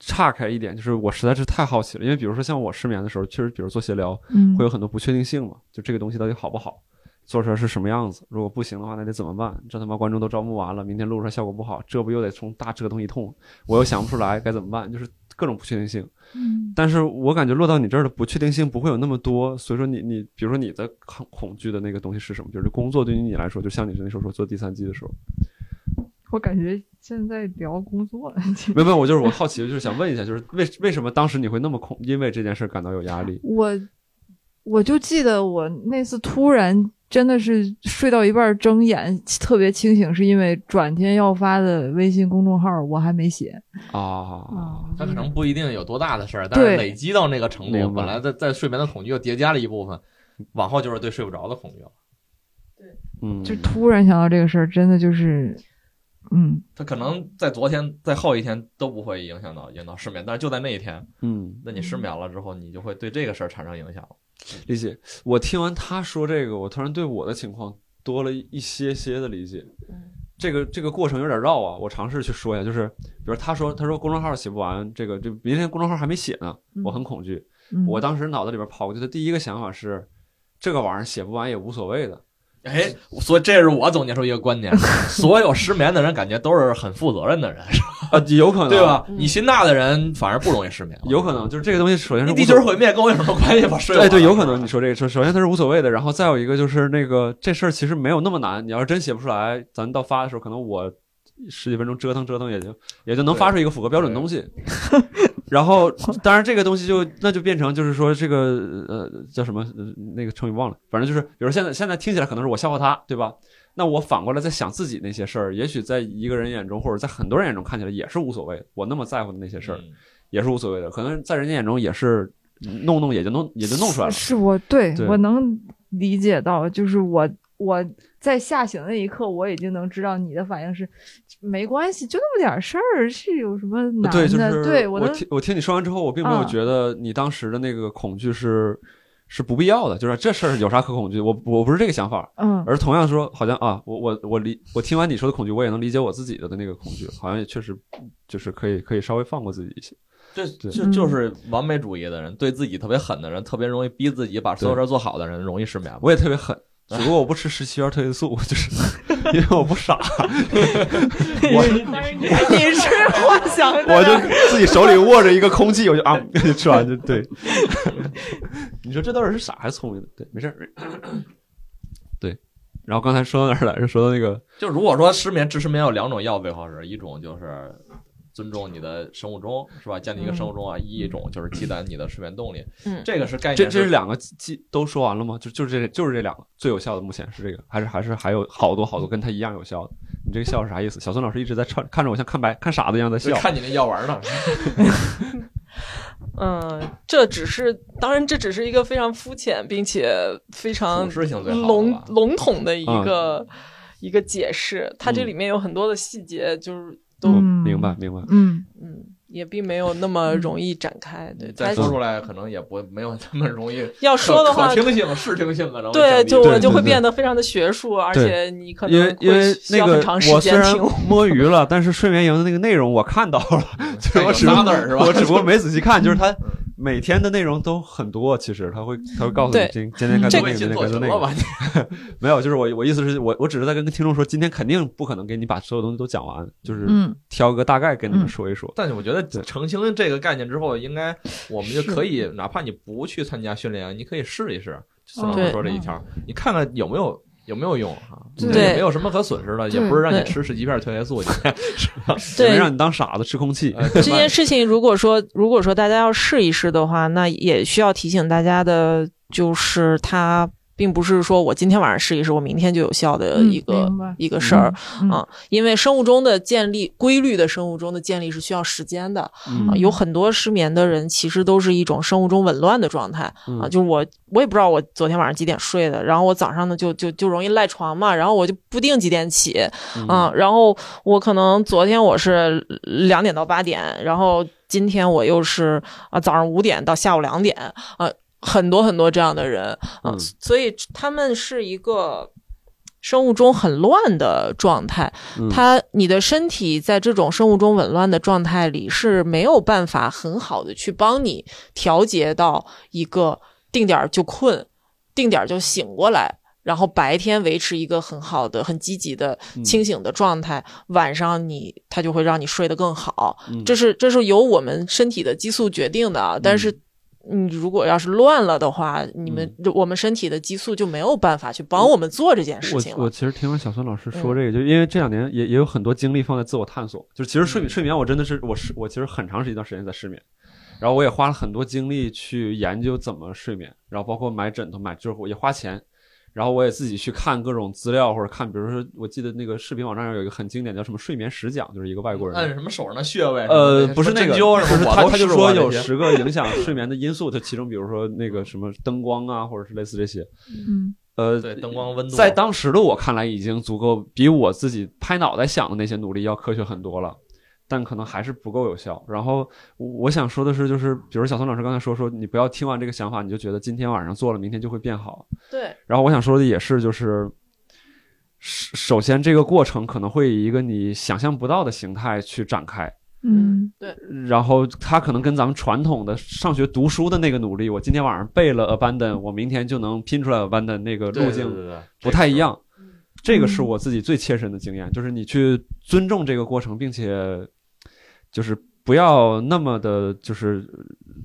岔开一点，就是我实在是太好奇了，因为比如说像我失眠的时候，确实，比如做协疗嗯会有很多不确定性嘛，就这个东西到底好不好，做出来是什么样子，如果不行的话，那得怎么办？这他妈观众都招募完了，明天录出来效果不好，这不又得从大折腾一通，我又想不出来该怎么办，就是各种不确定性。嗯但是我感觉落到你这儿的不确定性不会有那么多，所以说你你比如说你的恐恐惧的那个东西是什么？比如说工作对于你来说，就像你那时候说做第三季的时候，我感觉现在聊工作了。没有没有，我就是我好奇，就是想问一下，就是为为什么当时你会那么恐，因为这件事感到有压力？我我就记得我那次突然真的是睡到一半睁眼特别清醒，是因为转天要发的微信公众号我还没写啊，啊他可能不一定有多大的事儿，但是对累积到那个程度，明白本来在在睡眠的恐惧又叠加了一部分，往后就是对睡不着的恐惧了。嗯，就突然想到这个事儿，真的就是，嗯，他可能在昨天、在后一天都不会影响到影响到失眠，但是就在那一天，嗯，那你失眠了之后，你就会对这个事儿产生影响了。理解。我听完他说这个，我突然对我的情况多了一些些的理解。这个这个过程有点绕啊，我尝试去说一下，就是比如他说他说公众号写不完，这个这明天公众号还没写呢，我很恐惧。嗯我当时脑子里边跑过去的第一个想法是，这个玩意儿写不完也无所谓 的。哎，所以这是我总结出一个 观点：所有失眠的人感觉都是很负责任的人，啊，有可能对？吧？你心大的人反而不容易失眠， 有可能，就是这个东西，首先是你无地所球毁灭跟我有什么关系吧？睡哎，完对，了有可能你说这个事，首先它是无所谓的，然后再有一个就是那个这事儿其实没有那么难，你要是真写不出来，咱到发的时候，可能我十几分钟折腾折腾也就也就能发出一个符合标准的东西。 然后，当然这个东西就那就变成就是说这个呃叫什么、呃那个成语忘了，反正就是比如现在现在听起来可能是我笑话他，对吧？那我反过来在想自己那些事儿，也许在一个人眼中或者在很多人眼中看起来也是无所谓，我那么在乎的那些事儿。嗯也是无所谓的，可能在人家眼中也是弄弄也就弄也就弄出来了。是我对对我能理解到，就是我我在吓醒的那一刻，我已经能知道你的反应是没关系，就那么点儿事儿，是有什么难的？对，就是我我能听我听你说完之后，我并没有嗯觉得你当时的那个恐惧是、是不必要的，就是这事儿有啥可恐惧？我我不是这个想法。嗯而同样说，好像啊，我我我理我听完你说的恐惧，我也能理解我自己的那个恐惧，好像也确实就是可以可以稍微放过自己一些。这对嗯这就是完美主义的人，对自己特别狠的人，特别容易逼自己把所有事儿做好的人，容易失眠。我也特别狠，只不过我不吃十七元褪黑素，我就是 因为我不傻， 你是幻想 的，我就自己手里握着一个空气，我就 啊就吃完就对。 你说这到底是傻还是聪明的？对，没事 儿。对，然后刚才说到哪儿来着？说到那个就如果说失眠治失眠有两种药最好使，一种就是尊重你的生物钟，是吧？建立一个生物钟啊；一种就是积攒你的睡眠动力。嗯这个是概念。这这是两个记都说完了吗？就就是这就是这两个最有效的，目前是这个，还是还是还有好多好多跟他一样有效的？你这个笑是啥意思？小孙老师一直在看看着我，像看白看傻子一样在就笑。看你那药丸呢。嗯，这只是当然，这只是一个非常肤浅并且非常普适性最好笼了吧笼统的一嗯个、一个解释。它这嗯里面有很多的细节，就是都我明白明白。嗯，嗯也并没有那么容易展开。对，你它嗯再说出来，可能也不没有那么容易。要说的话可，听性、视听性可能会降对，低就对我就对会对变得非常的学术，而对且你可因能为会因为需那要个很长我时虽间然听。 摸鱼了，但是睡眠营的那个内容我看到了，就是嗯有我只仨字儿是吧嗯我只不过没仔细看，就是它每天的内容都很多，其实他会他会告诉你对今今天该做这那个个，今进天做该绝做那个。了吧？没有，就是我我意思是我我只是在跟听众说，今天肯定不可能给你把所有东西都讲完，就是嗯挑个大概跟嗯你们说一说。但是我觉得对澄清这个概念之后，应该我们就是可以，哪怕你不去参加训练营，你可以试一试。孙老师对说这一条，嗯你看看有没有有没有用啊？对也没有什么可损失的，也对不是让你对吃十几片褪黑 素去。只能对哎让你当傻子吃空气。呃这 件事情，如果说如果说大家要试一试的话，那也需要提醒大家的，就是它并不是说我今天晚上试一试，我明天就有效的嗯一个、明白一个事儿。嗯啊，因为生物钟的建立，规律的生物钟的建立是需要时间的。嗯哎啊有很多失眠的人其实都是一种生物钟紊乱的状态嗯啊，就是我我也不知道我昨天晚上几点睡的，然后我早上呢就就就容易赖床嘛，然后我就不定几点起嗯啊，然后我可能昨天我是两点到八点，然后今天我又是啊早上五点到下午两点啊，很多很多这样的人啊，嗯所以他们是一个。生物钟很乱的状态，嗯它你的身体在这种生物钟紊乱的状态里是没有办法很好的去帮你调节到一个定点儿就困，定点儿就醒过来，然后白天维持一个很好的、很积极的嗯清醒的状态，晚上你它就会让你睡得更好。嗯这是这是由我们身体的激素决定的啊，但是。你如果要是乱了的话，你们、嗯我们身体的激素就没有办法去帮我们做这件事情了。嗯我我其实听了小孙老师说这个，就因为这两年也也有很多精力放在自我探索，就是其实睡嗯眠睡眠我真的是我是我其实很长时间一段时间在失眠，然后我也花了很多精力去研究怎么睡眠，然后包括买枕头买就是我也花钱。然后我也自己去看各种资料，或者看，比如说，我记得那个视频网站上有一个很经典，叫什么“睡眠十讲”，就是一个外国人按什么手上的穴位？呃，不是那个，灸啊不嗯什是么，他我他都就试说过有这些十个影响睡眠的因素，就其中比如说那个什么灯光啊，或者是类似这些。嗯呃，对灯光温度，在当时的我看来，已经足够比我自己拍脑袋想的那些努力要科学很多了，但可能还是不够有效。然后我我想说的是，就是比如小宋老师刚才说说，你不要听完这个想法你就觉得今天晚上做了，明天就会变好。对。然后我想说的也是，就是首首先这个过程可能会以一个你想象不到的形态去展开。嗯然后他可能跟咱们传统的上学读书的那个努力，我今天晚上背了 abandon，我明天就能拼出来 abandon 那个对路对对径对对不太一样。这个是嗯我自己最切身的经验，就是你去尊重这个过程，并且就是不要那么的，就是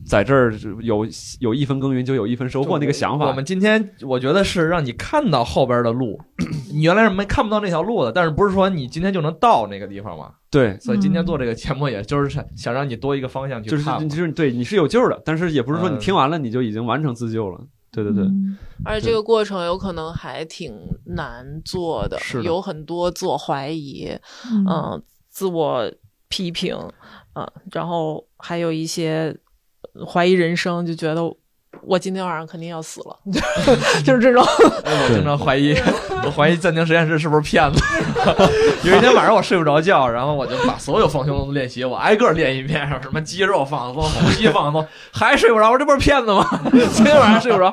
在这儿有有一分耕耘就有一分收获那个想我法们。今天我觉得是让你看到后边的路， 你原来是没看不到那条路的，但是不是说你今天就能到那个地方嘛？对，所以今天做这个节目，也就是想想让你多一个方向去就是看嘛。就是对你是有救的，但是也不是说你嗯听完了你就已经完成自救了。对对对，嗯而且这个过程有可能还挺难做的，是的有很多自我怀疑，嗯嗯、自我批评，嗯、然后还有一些怀疑人生，就觉得我今天晚上肯定要死了，就是这种。哎我经常怀疑， 我怀疑暂停实验室是不是骗子。 有一天晚上我睡不着觉，然后我就把所有放松练习我挨个练一遍，什么肌肉放松、呼吸放松，还睡不着。我这不是骗子吗？ 今天晚上睡不着，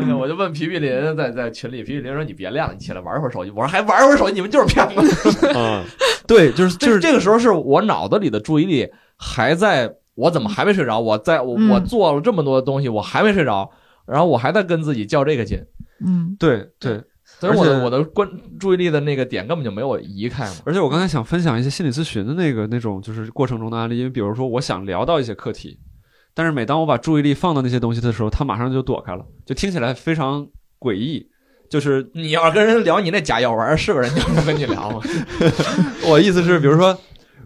哎呀我就问皮皮林在在群里，皮皮林说你别练了，你起来玩会儿手机。我说还玩会儿手机，你们就是骗子。嗯，对，就是就就是是这个时候是我脑子里的注意力还在，我怎么还没睡着？我在我嗯我做了这么多东西，我还没睡着，然后我还在跟自己较这个劲，嗯 对对，所以我而且的我的关注意力的那个点根本就没有移开嘛。而且我刚才想分享一些心理咨询的那个那种就是过程中的案例，因为比如说我想聊到一些课题，但是每当我把注意力放到那些东西的时候，他马上就躲开了，就听起来非常诡异。就是你要是跟人聊你那假药丸，是个人就不跟你聊嘛。我意思是，比如说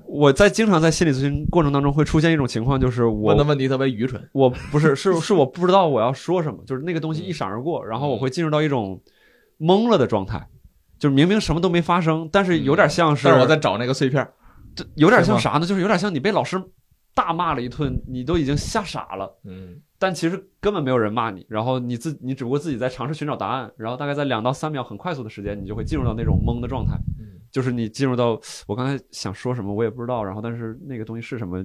我在经常在心理咨询过程当中会出现一种情况，就是问 的我问题特别愚蠢，我不是是是我不知道我要说什么，就是那个东西一闪而过，然后我会进入到一种懵了的状态，就是明明什么都没发生，但是有点像是但是我在找那个碎片儿。这有点是吗像啥呢？就是有点像你被老师大骂了一顿，你都已经吓傻了，嗯，但其实根本没有人骂你，然后你自你只不过自己在尝试寻找答案，然后大概在两到三秒很快速的时间，你就会进入到那种懵的状态嗯，就是你进入到我刚才想说什么我也不知道，然后但是那个东西是什么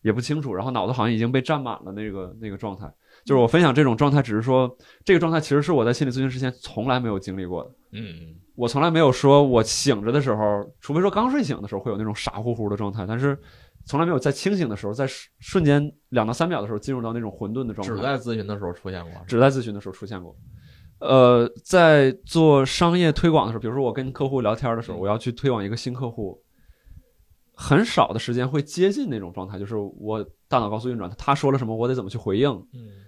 也不清楚，然后脑子好像已经被占满了那个那个状态。就是我分享这种状态，只是说这个状态其实是我在心理咨询之前从来没有经历过的。嗯，我从来没有说我醒着的时候，除非说刚睡醒的时候会有那种傻乎乎的状态，但是从来没有在清醒的时候，在瞬瞬间两到三秒的时候进入到那种混沌的状态。只在咨询的时候出现过。只在咨询的时候出现过。呃，在做商业推广的时候，比如说我跟客户聊天的时候，嗯我要去推广一个新客户，很少的时间会接近那种状态，就是我大脑高速运转，他说了什么，我得怎么去回应，嗯，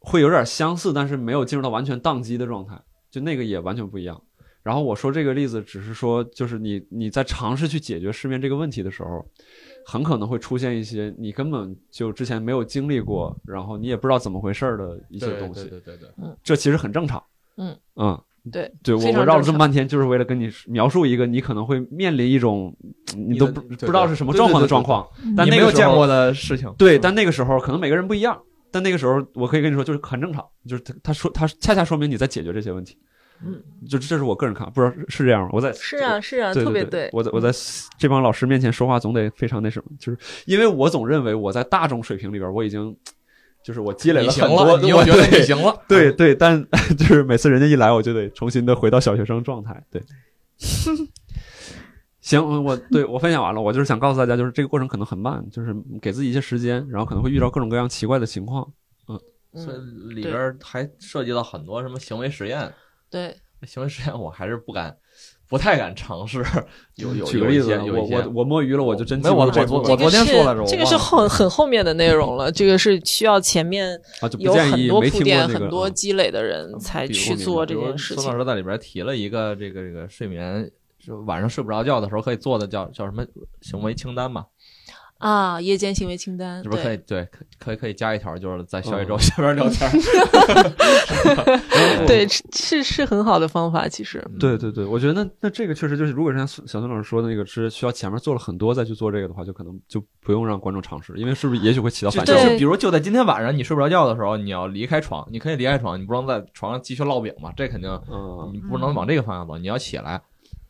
会有点相似，但是没有进入到完全宕机的状态，就那个也完全不一样。然后我说这个例子，只是说就是你你在尝试去解决失眠这个问题的时候，很可能会出现一些你根本就之前没有经历过，然后你也不知道怎么回事儿的一一些东西。对对对对，这其实很正常。嗯嗯，对对，我非常我绕了正这么半天，就是为了跟你描述一个你可能会面临一种你你都的不对不知道对是什么对状对况的对状对况，但你那没个有时见候过的事情。嗯对，但那个时候可能每个人不一样，但那个时候我可以跟你说，就是很正常，就是他他说他恰恰说明你在解决这些问题。嗯，就这是我个人看法，不知道是是这样吗？我在是啊，是啊，对特别对，我在我在这帮老师面前说话总得非常那什么，就是因为我总认为我在大众水平里边我已经就是我积累你行很多，了，你又我觉得你对行了，嗯对对，但 就是每次人家一来，我就得重新的回到小学生状态。对， 行，嗯我对我分享完了，我就是想告诉大家，就是这个过程可能很慢，就是给自己一些时间，然后可能会遇到各种各样奇怪的情况。所以嗯，里边儿还涉及到很多什么行为实验，对，行为实验我还是不敢，不太敢尝 试。有有举有个一例子些，有我一些我我摸鱼了，我就真没有我记不住我这我个昨天说来着，这我个忘是了后很后面的内容了，这个是需要前面啊，就不有建议很多没铺听过垫、那很个多嗯积累的人才比如去明做白这比如件事孙情老。师在里边提了一个这个这个睡眠，就晚上睡不着觉的时候可以做的叫叫什么行为清单嘛？啊，夜间行为清单，是不是可对以对可可以可以加一条，就是在小宇宙嗯下边聊 天。嗯对，是是是很好的方法，其实，对对对，我觉得那那这个确实就是，如果是像孙小孙老师说的那个是需要前面做了很多再去做这个的话，就可能就不用让观众尝试，因为是不是也许会起到就反就效对果？是比如就在今天晚上你睡不着觉的时候，你要离开床，你可以离开床，你不能在床上继续烙饼嘛，这肯定嗯你不能往这个方向走，你要起来，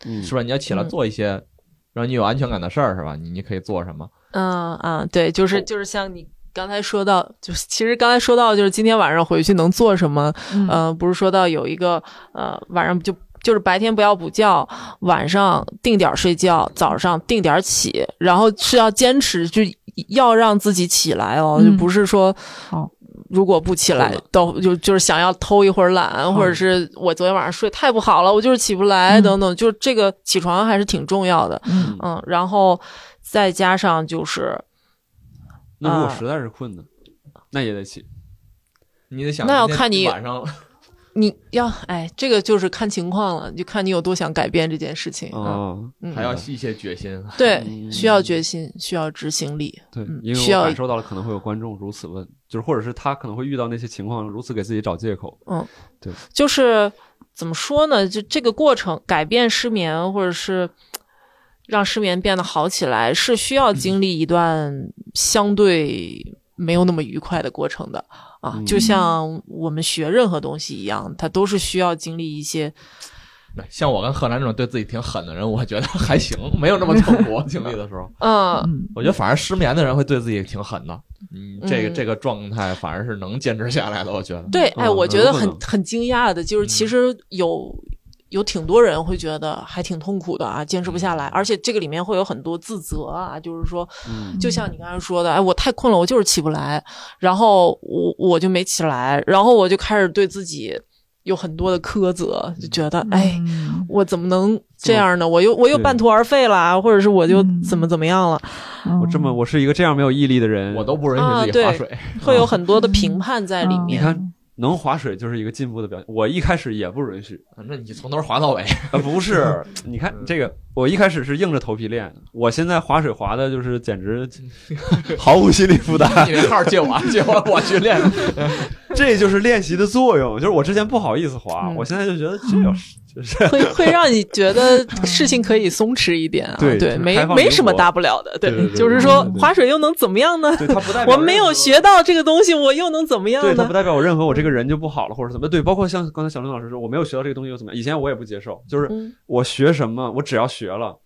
嗯是吧？你要起来嗯做一些让你有安全感的事儿，是吧？你你可以做什么？嗯啊，对，哦就是就是像你刚才说到，就是其实刚才说到，就是今天晚上回去能做什么，嗯呃，不是说到有一个呃晚上就就是白天不要补觉，晚上定点儿睡觉，早上定点儿起，然后是要坚持，就要让自己起来哦，嗯哦就不是说好。如果不起来偷懒，都就就是想要偷一会儿懒，或者是我昨天晚上睡太不好了，我就是起不来，哦嗯等等，就这个起床还是挺重要的，嗯嗯，然后再加上就是那如果啊实在是困呢，那也得起。你得想那要今天看你晚上你要哎，这个就是看情况了，就看你有多想改变这件事情啊，哦，嗯还要一些决心。 对，需要嗯决心，需要执行力。对嗯，因需为我要感受到了可能会有观众如此问，就是或者是他可能会遇到那些情况，如此给自己找借口。就是怎么说呢？就这个过程，改变失眠，或者是让失眠变得好起来，是需要经历一段相对没有那么愉快的过程的啊。嗯就像我们学任何东西一样，它都是需要经历一些像我跟贺楠这种对自己挺狠的人，我觉得还行， 没有那么痛苦。经 历的时候，嗯。嗯我觉得反而失眠的人会对自己挺狠的。嗯，这个嗯这个状态反而是能坚持下来的，我觉得。对，嗯哎，我觉得有可很能很惊讶的，就是其嗯实有、有挺多人会觉得还挺痛苦的啊，坚持不下来，而且这个里面会有很多自责啊，就是说，嗯就像你刚才说的，哎，我太困了，我就是起不来，然后我我就没起来，然后我就开始对自己有很多的苛责，就觉得，哎，，我怎么能这样呢？我又我又嗯对半途而废啦，或者是我就嗯怎么怎么样了，我这么我是一个这样没有毅力的人，我都不允许自己划啊对水。 会有很多的嗯评判在里你面。看能划水就是一个进步的表现。我一开始也不允 许，那你从头滑到尾， 啊，不是，你看嗯这个，我一开始是硬着头皮练，我现在划水划的就是简 直毫无心理负担。你这号借我啊，借我， 我去练。这就是练习的作用，就是我之前不好意思划，嗯我现在就觉得这 有就是会会让你觉得事情可以松弛一点啊，对就是没开放灵没什么活大不了的，对对对就是对说对对划水又能怎么样呢？对他不代表我没有任何学到这个东西，我又能怎么对，样它不呢？代表我认为我这个人就不好了或者怎么样对，包括像刚才小林老师说，我没有学到这个东西又怎么样？以前我也不接受，就是嗯我学什么，我只要学了，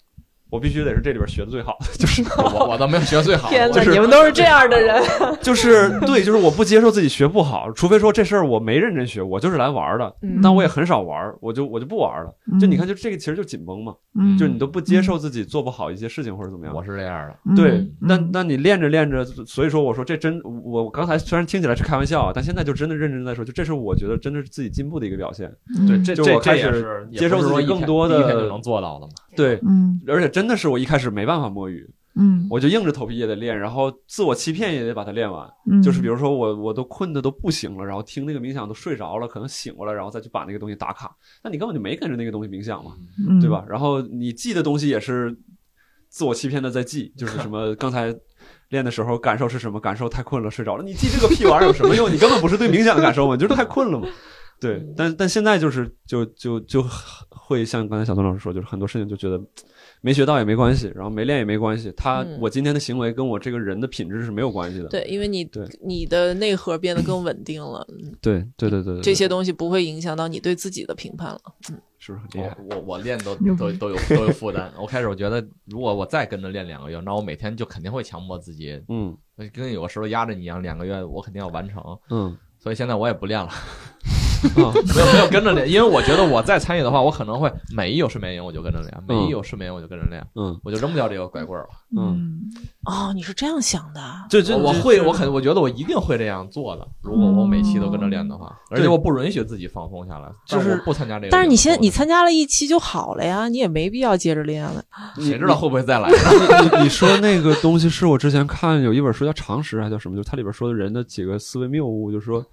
我必须得是这里边学的最好的， 就是我我倒没有学最好，天我就哪，是你们都是这样的人，就是对，就是我不接受自己学不好，除非说这事儿我没认真学，我就是来玩儿的， 嗯但我也很少玩儿，我就我就不玩儿了。就你看，就这个其实就紧绷嘛，嗯，就是你都不接受自己做不好一些事情或者怎么样我。是这样的。嗯对，但嗯但你练着练着，所以说我说这真，我我刚才虽然听起来是开玩笑啊，但现在就真的认真在说，就这是我觉得真的是自己进步的一个表现。对，嗯这就这我这开也始是也接受不是自己说一更天多第一天的就能做到的嘛。对，嗯而且真的是我一开始没办法摸鱼，嗯我就硬着头皮也得练，然后自我欺骗也得把它练完。嗯，就是比如说我我都困得都不行了，然后听那个冥想都睡着了，可能醒过来，然后再去把那个东西打卡，那你根本就没跟着那个东西冥想嘛，嗯对吧？？然后你记的东西也是自我欺骗的在记，就是什 么刚才。练的时候感受是什么？感受太困了，睡着了。你记这个屁玩意儿有什么用？你根本不是对冥想的感受嘛，你就是太困了嘛。对，嗯但但现在就是就就就会像刚才小东老师说，就是很多事情就觉得没学到也没关系，然后没练也没关系，他、嗯我今天的行为跟我这个人的品质是没有关系的。对，因为你对你的内核变得更稳定了，嗯对对对对对，这些东西不会影响到你对自己的评判了。是不是很厉害？哦我我我练都牛都逼都有都有负担。我开始我觉得，如果我再跟着练两个月，那我每天就肯定会强迫自己，嗯跟有个石头压着你一样，两个月我肯定要完成。嗯所以现在我也 不练了，啊，没有没有跟着练，因为我觉得我再参与的话，我可能会每一有睡眠营我就跟着练，每一有睡眠营我就跟着练，嗯我就扔不掉这个拐棍儿了。嗯哦，你是这样想的？啊就就我我就会，就我肯我觉得我一定会这样做的。如果我每期都跟着练的话，而且我不允许自己放松下来，嗯就但是我不参加这个。但是你先你参加了一期就好了呀，你也没必要接着练了。谁知道会不会再来？你你你说那个东西是我之前看有一本书叫《常识》还叫什么，就是它里边说的人的几个思维谬误，就是说，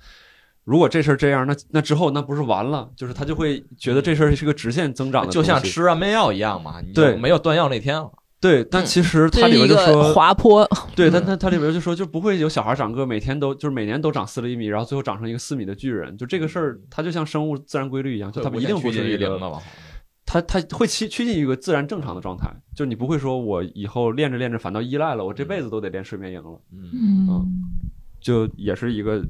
如果这事儿这样，那那之后那不是完了？就是他就会觉得这事儿是个直线增长的东西，就像吃安眠药一样嘛，你对就没有断药那天了。对，但其实它这里边嗯是一就说个，滑坡，对，嗯但它它里边就说就不会有小孩长个，每天都就是每年都长四厘米，然后最后长成一个四米的巨人，就这个事儿，它就像生物自然规律一样，就它会一定不趋近是于一零个的吧？它它会趋趋近于一个自然正常的状态，就你不会说我以后练着练着反倒依赖了，我这辈子都得练睡眠营了。嗯，嗯，就也是一个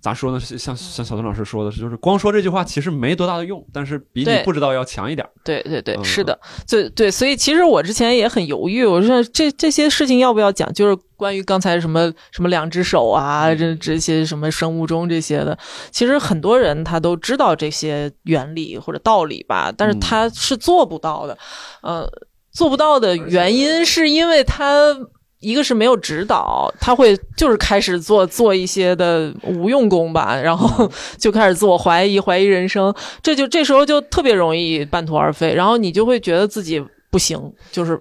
咋说呢？是像像小东老师说的是，就是光说这句话其实没多大的用，但是比你对不知道要强一点儿。对对对，嗯是的，对对，所以其实我之前也很犹豫，我说这这些事情要不要讲，就是关于刚才什么什么两只手嗯啊，这这些什么生物钟这些的，其实很多人他都知道这些原理或者道理吧，但是嗯他是做不到的，呃，做不到的原因是因为他。一个是没有指导，他会就是开始做做一些的无用功吧，然后嗯 就开始自我怀疑，怀疑人生，这就这时候就特别容易半途而废，然后你就会觉得自己不行，就是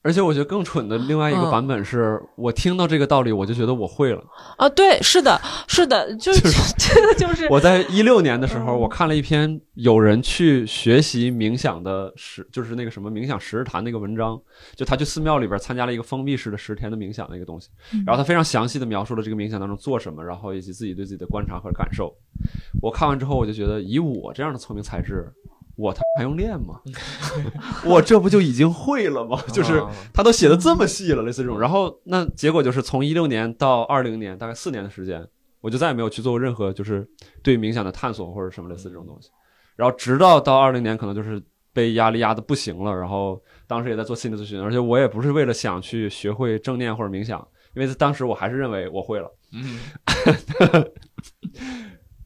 而且我觉得更蠢的另外一个嗯版本是、我听到这个道理，我就觉得我会 了。啊，对，是的，是的，就是就 就是我在一六年的时候，嗯我看了一篇有人去学习冥想的十，就是那个什么冥想十日谈那个文章，就他去寺庙里边参加了一个封闭式的十天的冥想那个东西，嗯然后他非常详细的描述了这个冥想当中做什么，然后以及自己对自己的观察和感受。我看完之后，我就觉得以我这样的聪明才智。我他还用练吗？ 我这不就已经会了吗？ 就是啊他都写的这么细了，类似这种。然后那结果就是从一六年到二零年，大概四年的时间，我就再也没有去做过任何就是对冥想的探索或者什么类似这种东西。然后直到到二零年，可能就是被压力压的不行了，然后当时也在做心理咨询，而且我也不是为了想去学会正念或者冥想，因为当时我还是认为我会了，嗯，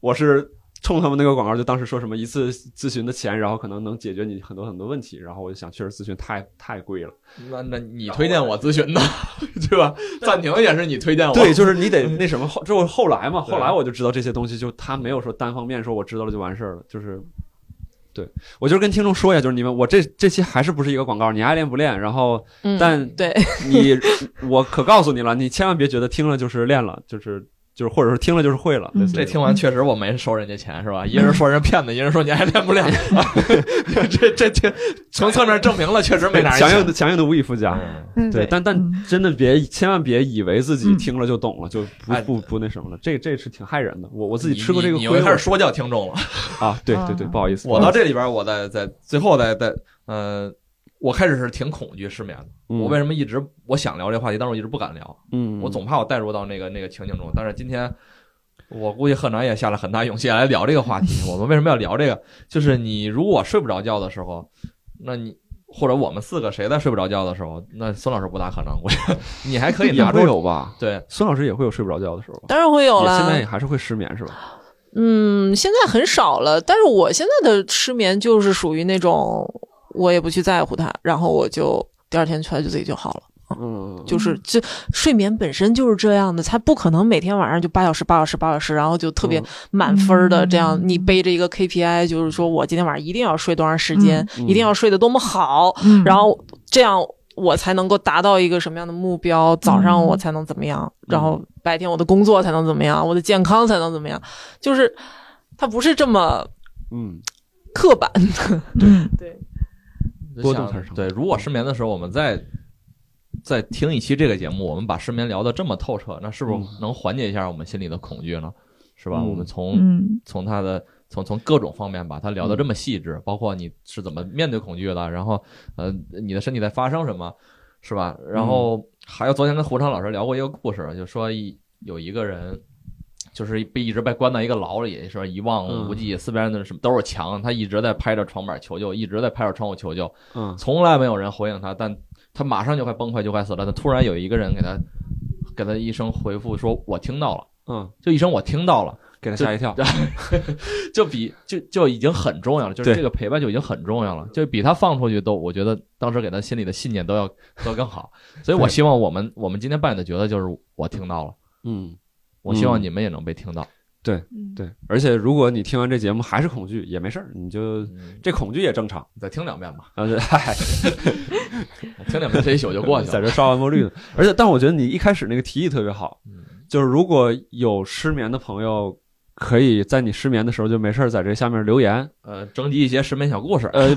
我是。冲他们那个广告，就当时说什么一次咨询的钱，然后可能能解决你很多很多问题，然后我就想，确实咨询太太贵了。那那你推荐我咨询 的，对吧？暂停也是你推荐我，对，就是你嗯得那什么后，这我后来嘛，对后来我就知道这些东西，就他没有说单方面说我知道了就完事儿了，就是，对我就是跟听众说一下，就是你们我这这期还是不是一个广告，你爱练不练？然后嗯，但对，你 我可告诉你了，你千万别觉得听了就是练了，就是就是或者说听了就是会了，嗯类似这于听完确实我没收人家钱是吧？一人说人骗子，一人说你还练不 练？这这这从侧面证明了，确实没拿人强钱硬的强硬的无以复加。嗯对，但但嗯真的别千万别以为自己嗯听了就懂了，就不哎不不那什么了，这这是挺害人的。我我自己吃过这个你亏你你又开我始说教听 众了。啊，对对对，啊不好意思，嗯我到这里边，我在在最后再再呃，我开始是挺恐惧失眠的。我为什什么一直我想聊这话题，但是我一直不敢聊，嗯，我总怕我带入到那个那个情境中。但是今天。我估计贺楠也下了很大勇气来聊这个话题。我们为什么要聊这个？就是你如果睡不着觉的时候，那你或者我们四个谁在睡不着觉的时候，那孙老师不大可能，我觉得你还可以拿出也会有吧？对，孙老师也会有睡不着觉的时候吧？当然会有也啦。现在也还是会失眠是吧？嗯，现在很少了，但是我现在的失眠就是属于那种我也不去在乎它，然后我就第二天起来就自己就好了。嗯，就是这睡眠本身就是这样的，它不可能每天晚上就八小时、八小时、八小时，然后就特别嗯满分儿的嗯这样。你背着一个 KPI，就是说我今天晚上一定要睡多长时间，嗯一定要睡得多么好，嗯然后这样我才能够达到一个什么样的目标，早上我才能怎么样，然后白天我的工作才能怎么样，我的健康才能怎么样，就是它不是这么嗯，刻板的。嗯对，多动才是成对，如果失眠的时候，我们再再听一期这个节目，我们把失眠聊得这么透彻，那是不是能缓解一下我们心里的恐惧呢？是吧？嗯嗯我们从嗯从他的从从各种方面把它聊得这么细致，包括你是怎么面对恐惧的，然后呃你的身体在发生什么，是吧？然后还有昨天跟胡昌老师聊过一个故事，就说一有一个人。就是被一直被关到一个牢里，说一望无际，四边的什么都是墙，他一直在拍着床板求救，一直在拍着窗户求救，嗯从来没有人回应他，但他马上就快崩溃，就快死了。他突然有一个人给他给他一声回复说：“我听到了。”嗯，就一声我听到了，给他吓一 跳，就比就就已经很重要了，就是对这个陪伴就已经很重要了，就比他放出去都，我觉得当时给他心里的信念都要都要更好。所以我希望我们我们今天扮演的角色就是我听到了，嗯，我希望嗯你们也能被听到。嗯，对。而且如果你听完这节目还是恐惧，也没事儿，你就嗯这恐惧也正常。再听两遍吧，啊，这 嗨，听两遍这一宿就过 去在了。这刷完播率呢。而且，但我觉得你一开始那个提议特别好，嗯就是如果有失眠的朋友，可以在你失眠的时候就没事儿在这下面留言，呃，征集一些失眠小故事。呃，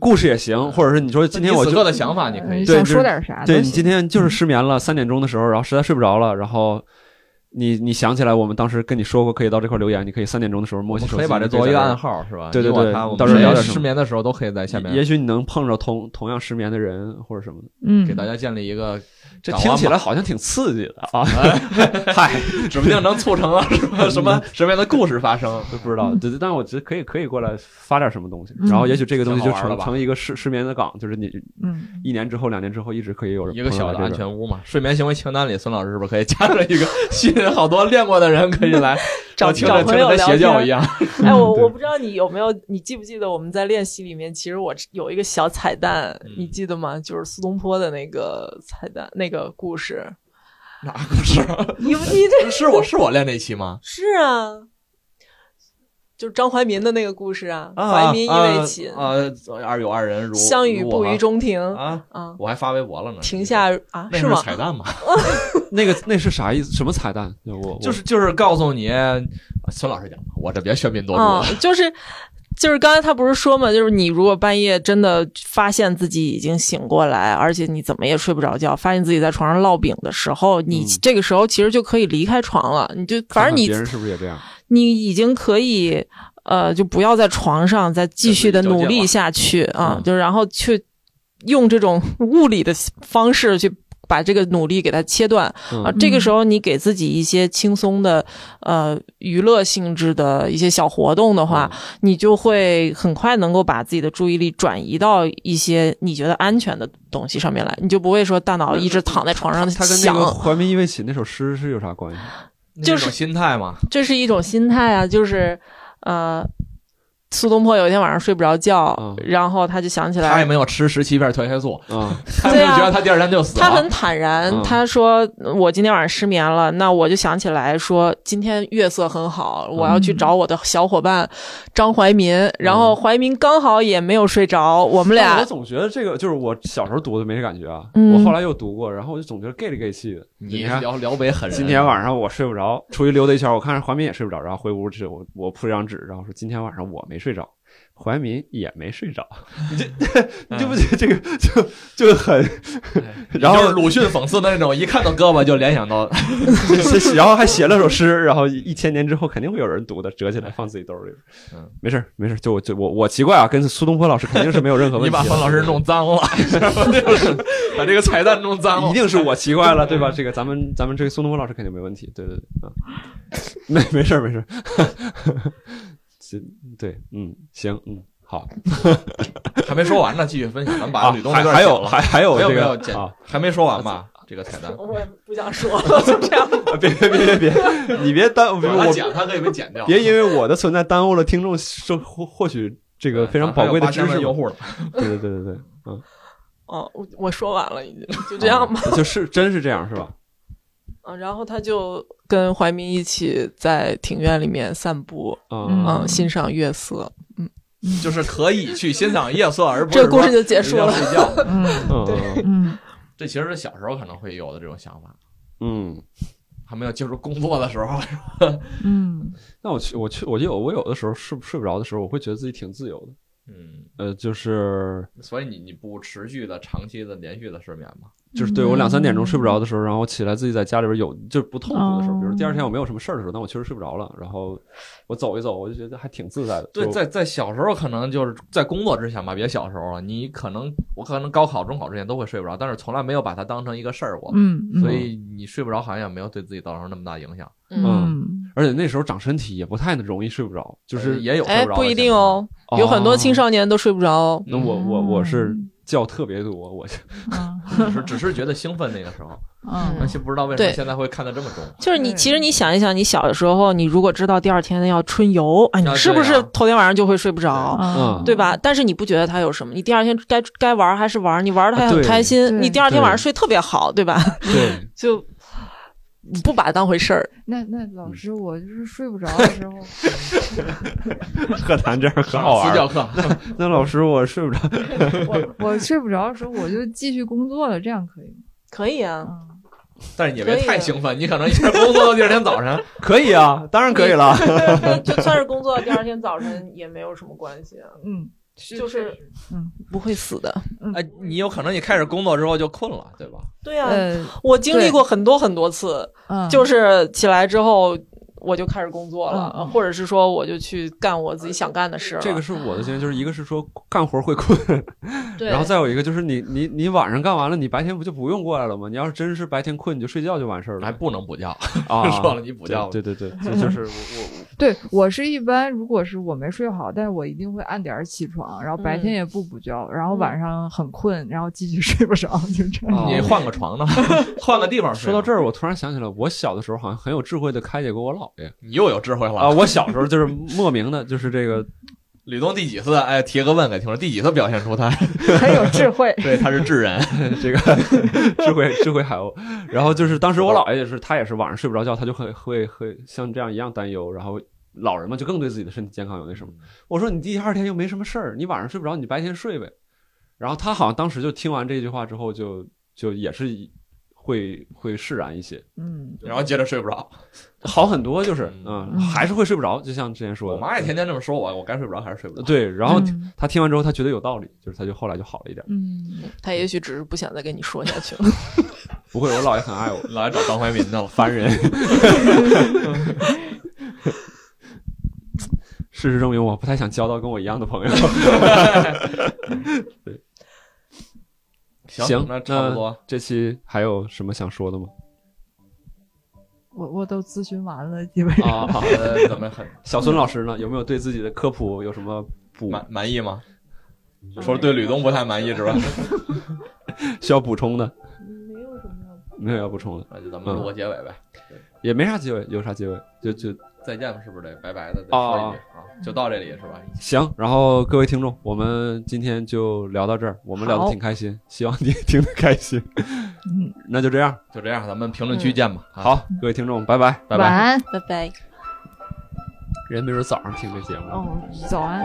故事也行，或者是你说今天我就你此刻的想法，你可以呃对想就是说点啥都对行？你今天嗯就是失眠了，三点钟的时候，然后实在睡不着了，然后你你想起来我们当时跟你说过可以到这块留言，你可以三点钟的时候摸我起们手机，可以把这你作为一在个这暗号，是吧？对对你我对他我们到时候谁聊点什么失眠的时候都可以在下面也许你能碰着同同样失眠的人或者什么的，嗯，给大家建立一个，这港湾听起吧来好像挺刺激的啊！哎 嗨，指不定能促成啊什么什嗯么什么样的故事发生，都不不知知道。道，对对，但我觉得可以可以过来发点什么东西，嗯然后也许这个东西就挺好玩的成吧成一个失失眠的岗，就是你嗯，一年之后、两年之后一直可以有人一个小的朋友安来这边全屋嘛，睡眠行为清单里，孙老师是不是可以加上 一个吸引好多练过的人可以 来找哦听着找听朋着友跟聊邪教天一样？哎，我对我不知道你有没有，你记不记得我们在练习里面，其实我有一个小彩蛋嗯，你记得吗？就是苏东坡的那个彩蛋，那个故事。 哪个啊是？你不记 得？是我是我练那期吗？是啊，就是张怀民的那个故事啊，啊怀民一啊为秦，啊，二有二人如项羽如不我于中庭啊，啊，我还发微博了呢。停下啊，那是吗？彩蛋嘛？那个那是啥意思？什么彩蛋？我我 就是就是告诉你，孙老师讲吧，我这别喧宾夺主啊了。，就是就是刚才他不是说嘛，就是你如果半夜真的发现自己已经醒过来，而且你怎么也睡不着觉，发现自己在床上烙饼的时候，你嗯这个时候其实就可以离开床了，你就看反正看你别人是不是也这样？你已经可以呃，就不要在床上再继续的努力下去啊嗯，就然后去用这种物理的方式去。把这个努力给它切断啊！嗯这个时候你给自己一些轻松的，呃，娱乐性质的一些小活动的话，嗯你就会很快能够把自己的注意力转移到一些你觉得安全的东西上面来，你就不会说大脑一直躺在床上他跟那想。个《怀民一为起》那首诗是有啥关系？就是心态嘛，这是一种心态啊，就是呃，苏东坡有一天晚上睡不着觉，嗯然后他就想起他也来，没有吃十七片褪黑 素，啊，他就对啊觉得他第二天就死了。他很坦然，嗯他说我今天晚上失眠了，那我就想起来说今天月色很好，嗯我要去找我的小伙伴张怀民，然后怀民刚好也没有睡着，我们但俩我总觉得这个就是我小时候读的没这感觉啊，啊嗯我后来又读过，然后我就总觉得 gay 里 gay 气的。你看，聊聊北狠人。今天晚上我睡不着，出去溜达一圈，我看怀民也睡不着，然后回屋去，我我铺了张纸，然后说今天晚上我没睡着。怀民也没睡着，你这你这不觉得这个就就很，然后嗯就是鲁迅讽刺的那种，一看到胳膊就联想到然后还写了首诗，然后一千年之后肯定会有人读的，折起来放自己兜里。嗯，没事儿没事儿，就我就我我奇怪啊，跟苏东坡老师肯定是没有任何问你题的。把方老师弄脏了，就是啊 把这个彩蛋弄脏了。一定是我奇怪 了，对吧？这个咱们咱们这个苏东坡老师肯定没问题，对对对，啊，没没事儿没事儿， 这对，嗯，行，嗯，好，还没说完呢，继续分享。咱们把啊，吕东那还段还讲有了还还有没有这没有个剪啊，还没说完吧？这个彩蛋，我也不想说了， 就这样。别别别别别，你别耽误我他我，剪，他可以被剪掉。别因为我的存在耽误了听众收获获取这个非常宝贵的知啊咱还识有8000万用嘛，户了，对对对对对，嗯，哦，我我说完了，已经嗯就这样吧。啊，就是真是这样是吧？啊嗯，然后他就跟怀民一起在庭院里面散步，啊，嗯，欣赏月色。就是可以去欣赏夜色，而不是这个故事说就结一束定要了。睡觉。嗯嗯嗯嗯这其实是小时候可能会有的这种想法，嗯，还没有接触工作的时候。嗯那我去我去我就有我有的时候睡睡不着的时候，我会觉得自己挺自由的。 嗯，呃，就是所以你你不持续的、长期的、连续的失眠吗？就是对我两三点钟睡不着的时候，然后起来自己在家里边有就是不痛苦的时候，哦比如第二天我没有什么事儿的时候，但我确实睡不着了，然后我走一走，我就觉得还挺自在的。对，就在在小时候可能就是在工作之前吧，别小时候了，你可能我可能高考、中考之前都会睡不着，但是从来没有把它当成一个事儿过，嗯，嗯所以你睡不着好像也没有对自己造成那么大影响，嗯，而且那时候长身体也不太容易睡不着，就就是是呃也有睡哎，不着不的一情定况。哦，有很多青哦。少年都睡不着哦。那我我我是觉特别多，我嗯只是只是觉得兴奋那个时 候，嗯而且不知道为什么对现在会看得这么重。就是你，对其实你想一想，你小的时候，你如果知道第二天要春游，哎，啊你是不对是啊头天晚上就会睡不着，嗯对吧？但是你不觉得它有什么？你第二天该该玩还是玩，你玩的还啊很对开心，对你第二天晚上对睡特别好，对吧？ 对，就不把它当回事儿。那那老嗯师，我就是睡不着的时候，课堂这样很好私玩教儿。课， 那老师，我睡不着，我我睡不着的时候，我就继续工作了，这样可以吗？可以 啊，嗯但是你也别可以太啊兴奋，你可能一下工作到第二天早晨。可以啊，当然可以了。就算是工作，第二天早晨也没有什么关系啊，嗯，就是嗯不会死的。哎，你有可能你开始工作之后就困了，对吧？对啊，呃我经历过很多很多次，嗯，就是起来之后我就开始工作了，嗯嗯或者是说我就去干我自己想干的事 了。这个是我的经验，就是一个是说干活会困，对，然后再有一个就是你你你晚上干完了，你白天不就不用过来了吗？你要是真是白天困，你就睡觉就完事儿了还不能补觉，啊。说 了你补觉吧。对对对，对就就是我对我是一般，如果是我没睡好，但是我一定会按点儿起床，然后白天也不补觉，然后晚上很困，然后继续 睡不着，就这样。哦你换个 床呢，换个地方我睡说吧。到这儿，我突然想起来，我小的时候好像很有智慧的开解过我姥爷你又有智慧了啊。！我小时候就是莫名的，就是这 个吕东第几次？哎，提个问给听众，第几次表现出 他。很有智慧对他是智 人？这个智慧智慧海鸥。然后就是当时我姥爷也是，他也是晚上睡不着觉，他就会会会像这样一样担忧，然后。老人嘛，就更对自己的身体健康有那什么。我说你第二天又没什么事儿，你晚上睡不着，你白天睡呗。然后他好像当时就听完这句话之后就，就也是会会释然一些，嗯，然后接着睡不着。好很多，就是嗯，嗯还是会睡不着，就像之前说我的，妈也天天这么说我，我该睡不着还是睡不着。对。然 后嗯他听完之后，他觉得有道理，就是他就后来就好了一点。嗯，他也许只是不想再跟你说下去了。不会，我姥爷很 爱我，老 来找张怀民去了，烦 人。事实证明，我不太想交到跟我一样的 朋友。行那差不多。这期还有什么想说 的吗？我我都咨询完了，基本上。哦啊，呃怎么很小孙老师呢？有没有对自己的科普有什么 补满满意吗？说对吕东不太满意是吧？需要补充的？没有什么没有要补充的， 那就咱们录个结尾呗。也没啥结尾，有啥结尾就就再见吧，是不是得拜拜的再说一句啊？就到这里是吧？行。然后各位听众，我们今天就聊到这儿，我们聊的好挺开心，希望你也听得开心。嗯， 那就这样，就这样，咱们评论区见吧。啊，好，各位听众，拜拜。拜晚拜。安 拜拜。人没准早上听这节目。哦，早安。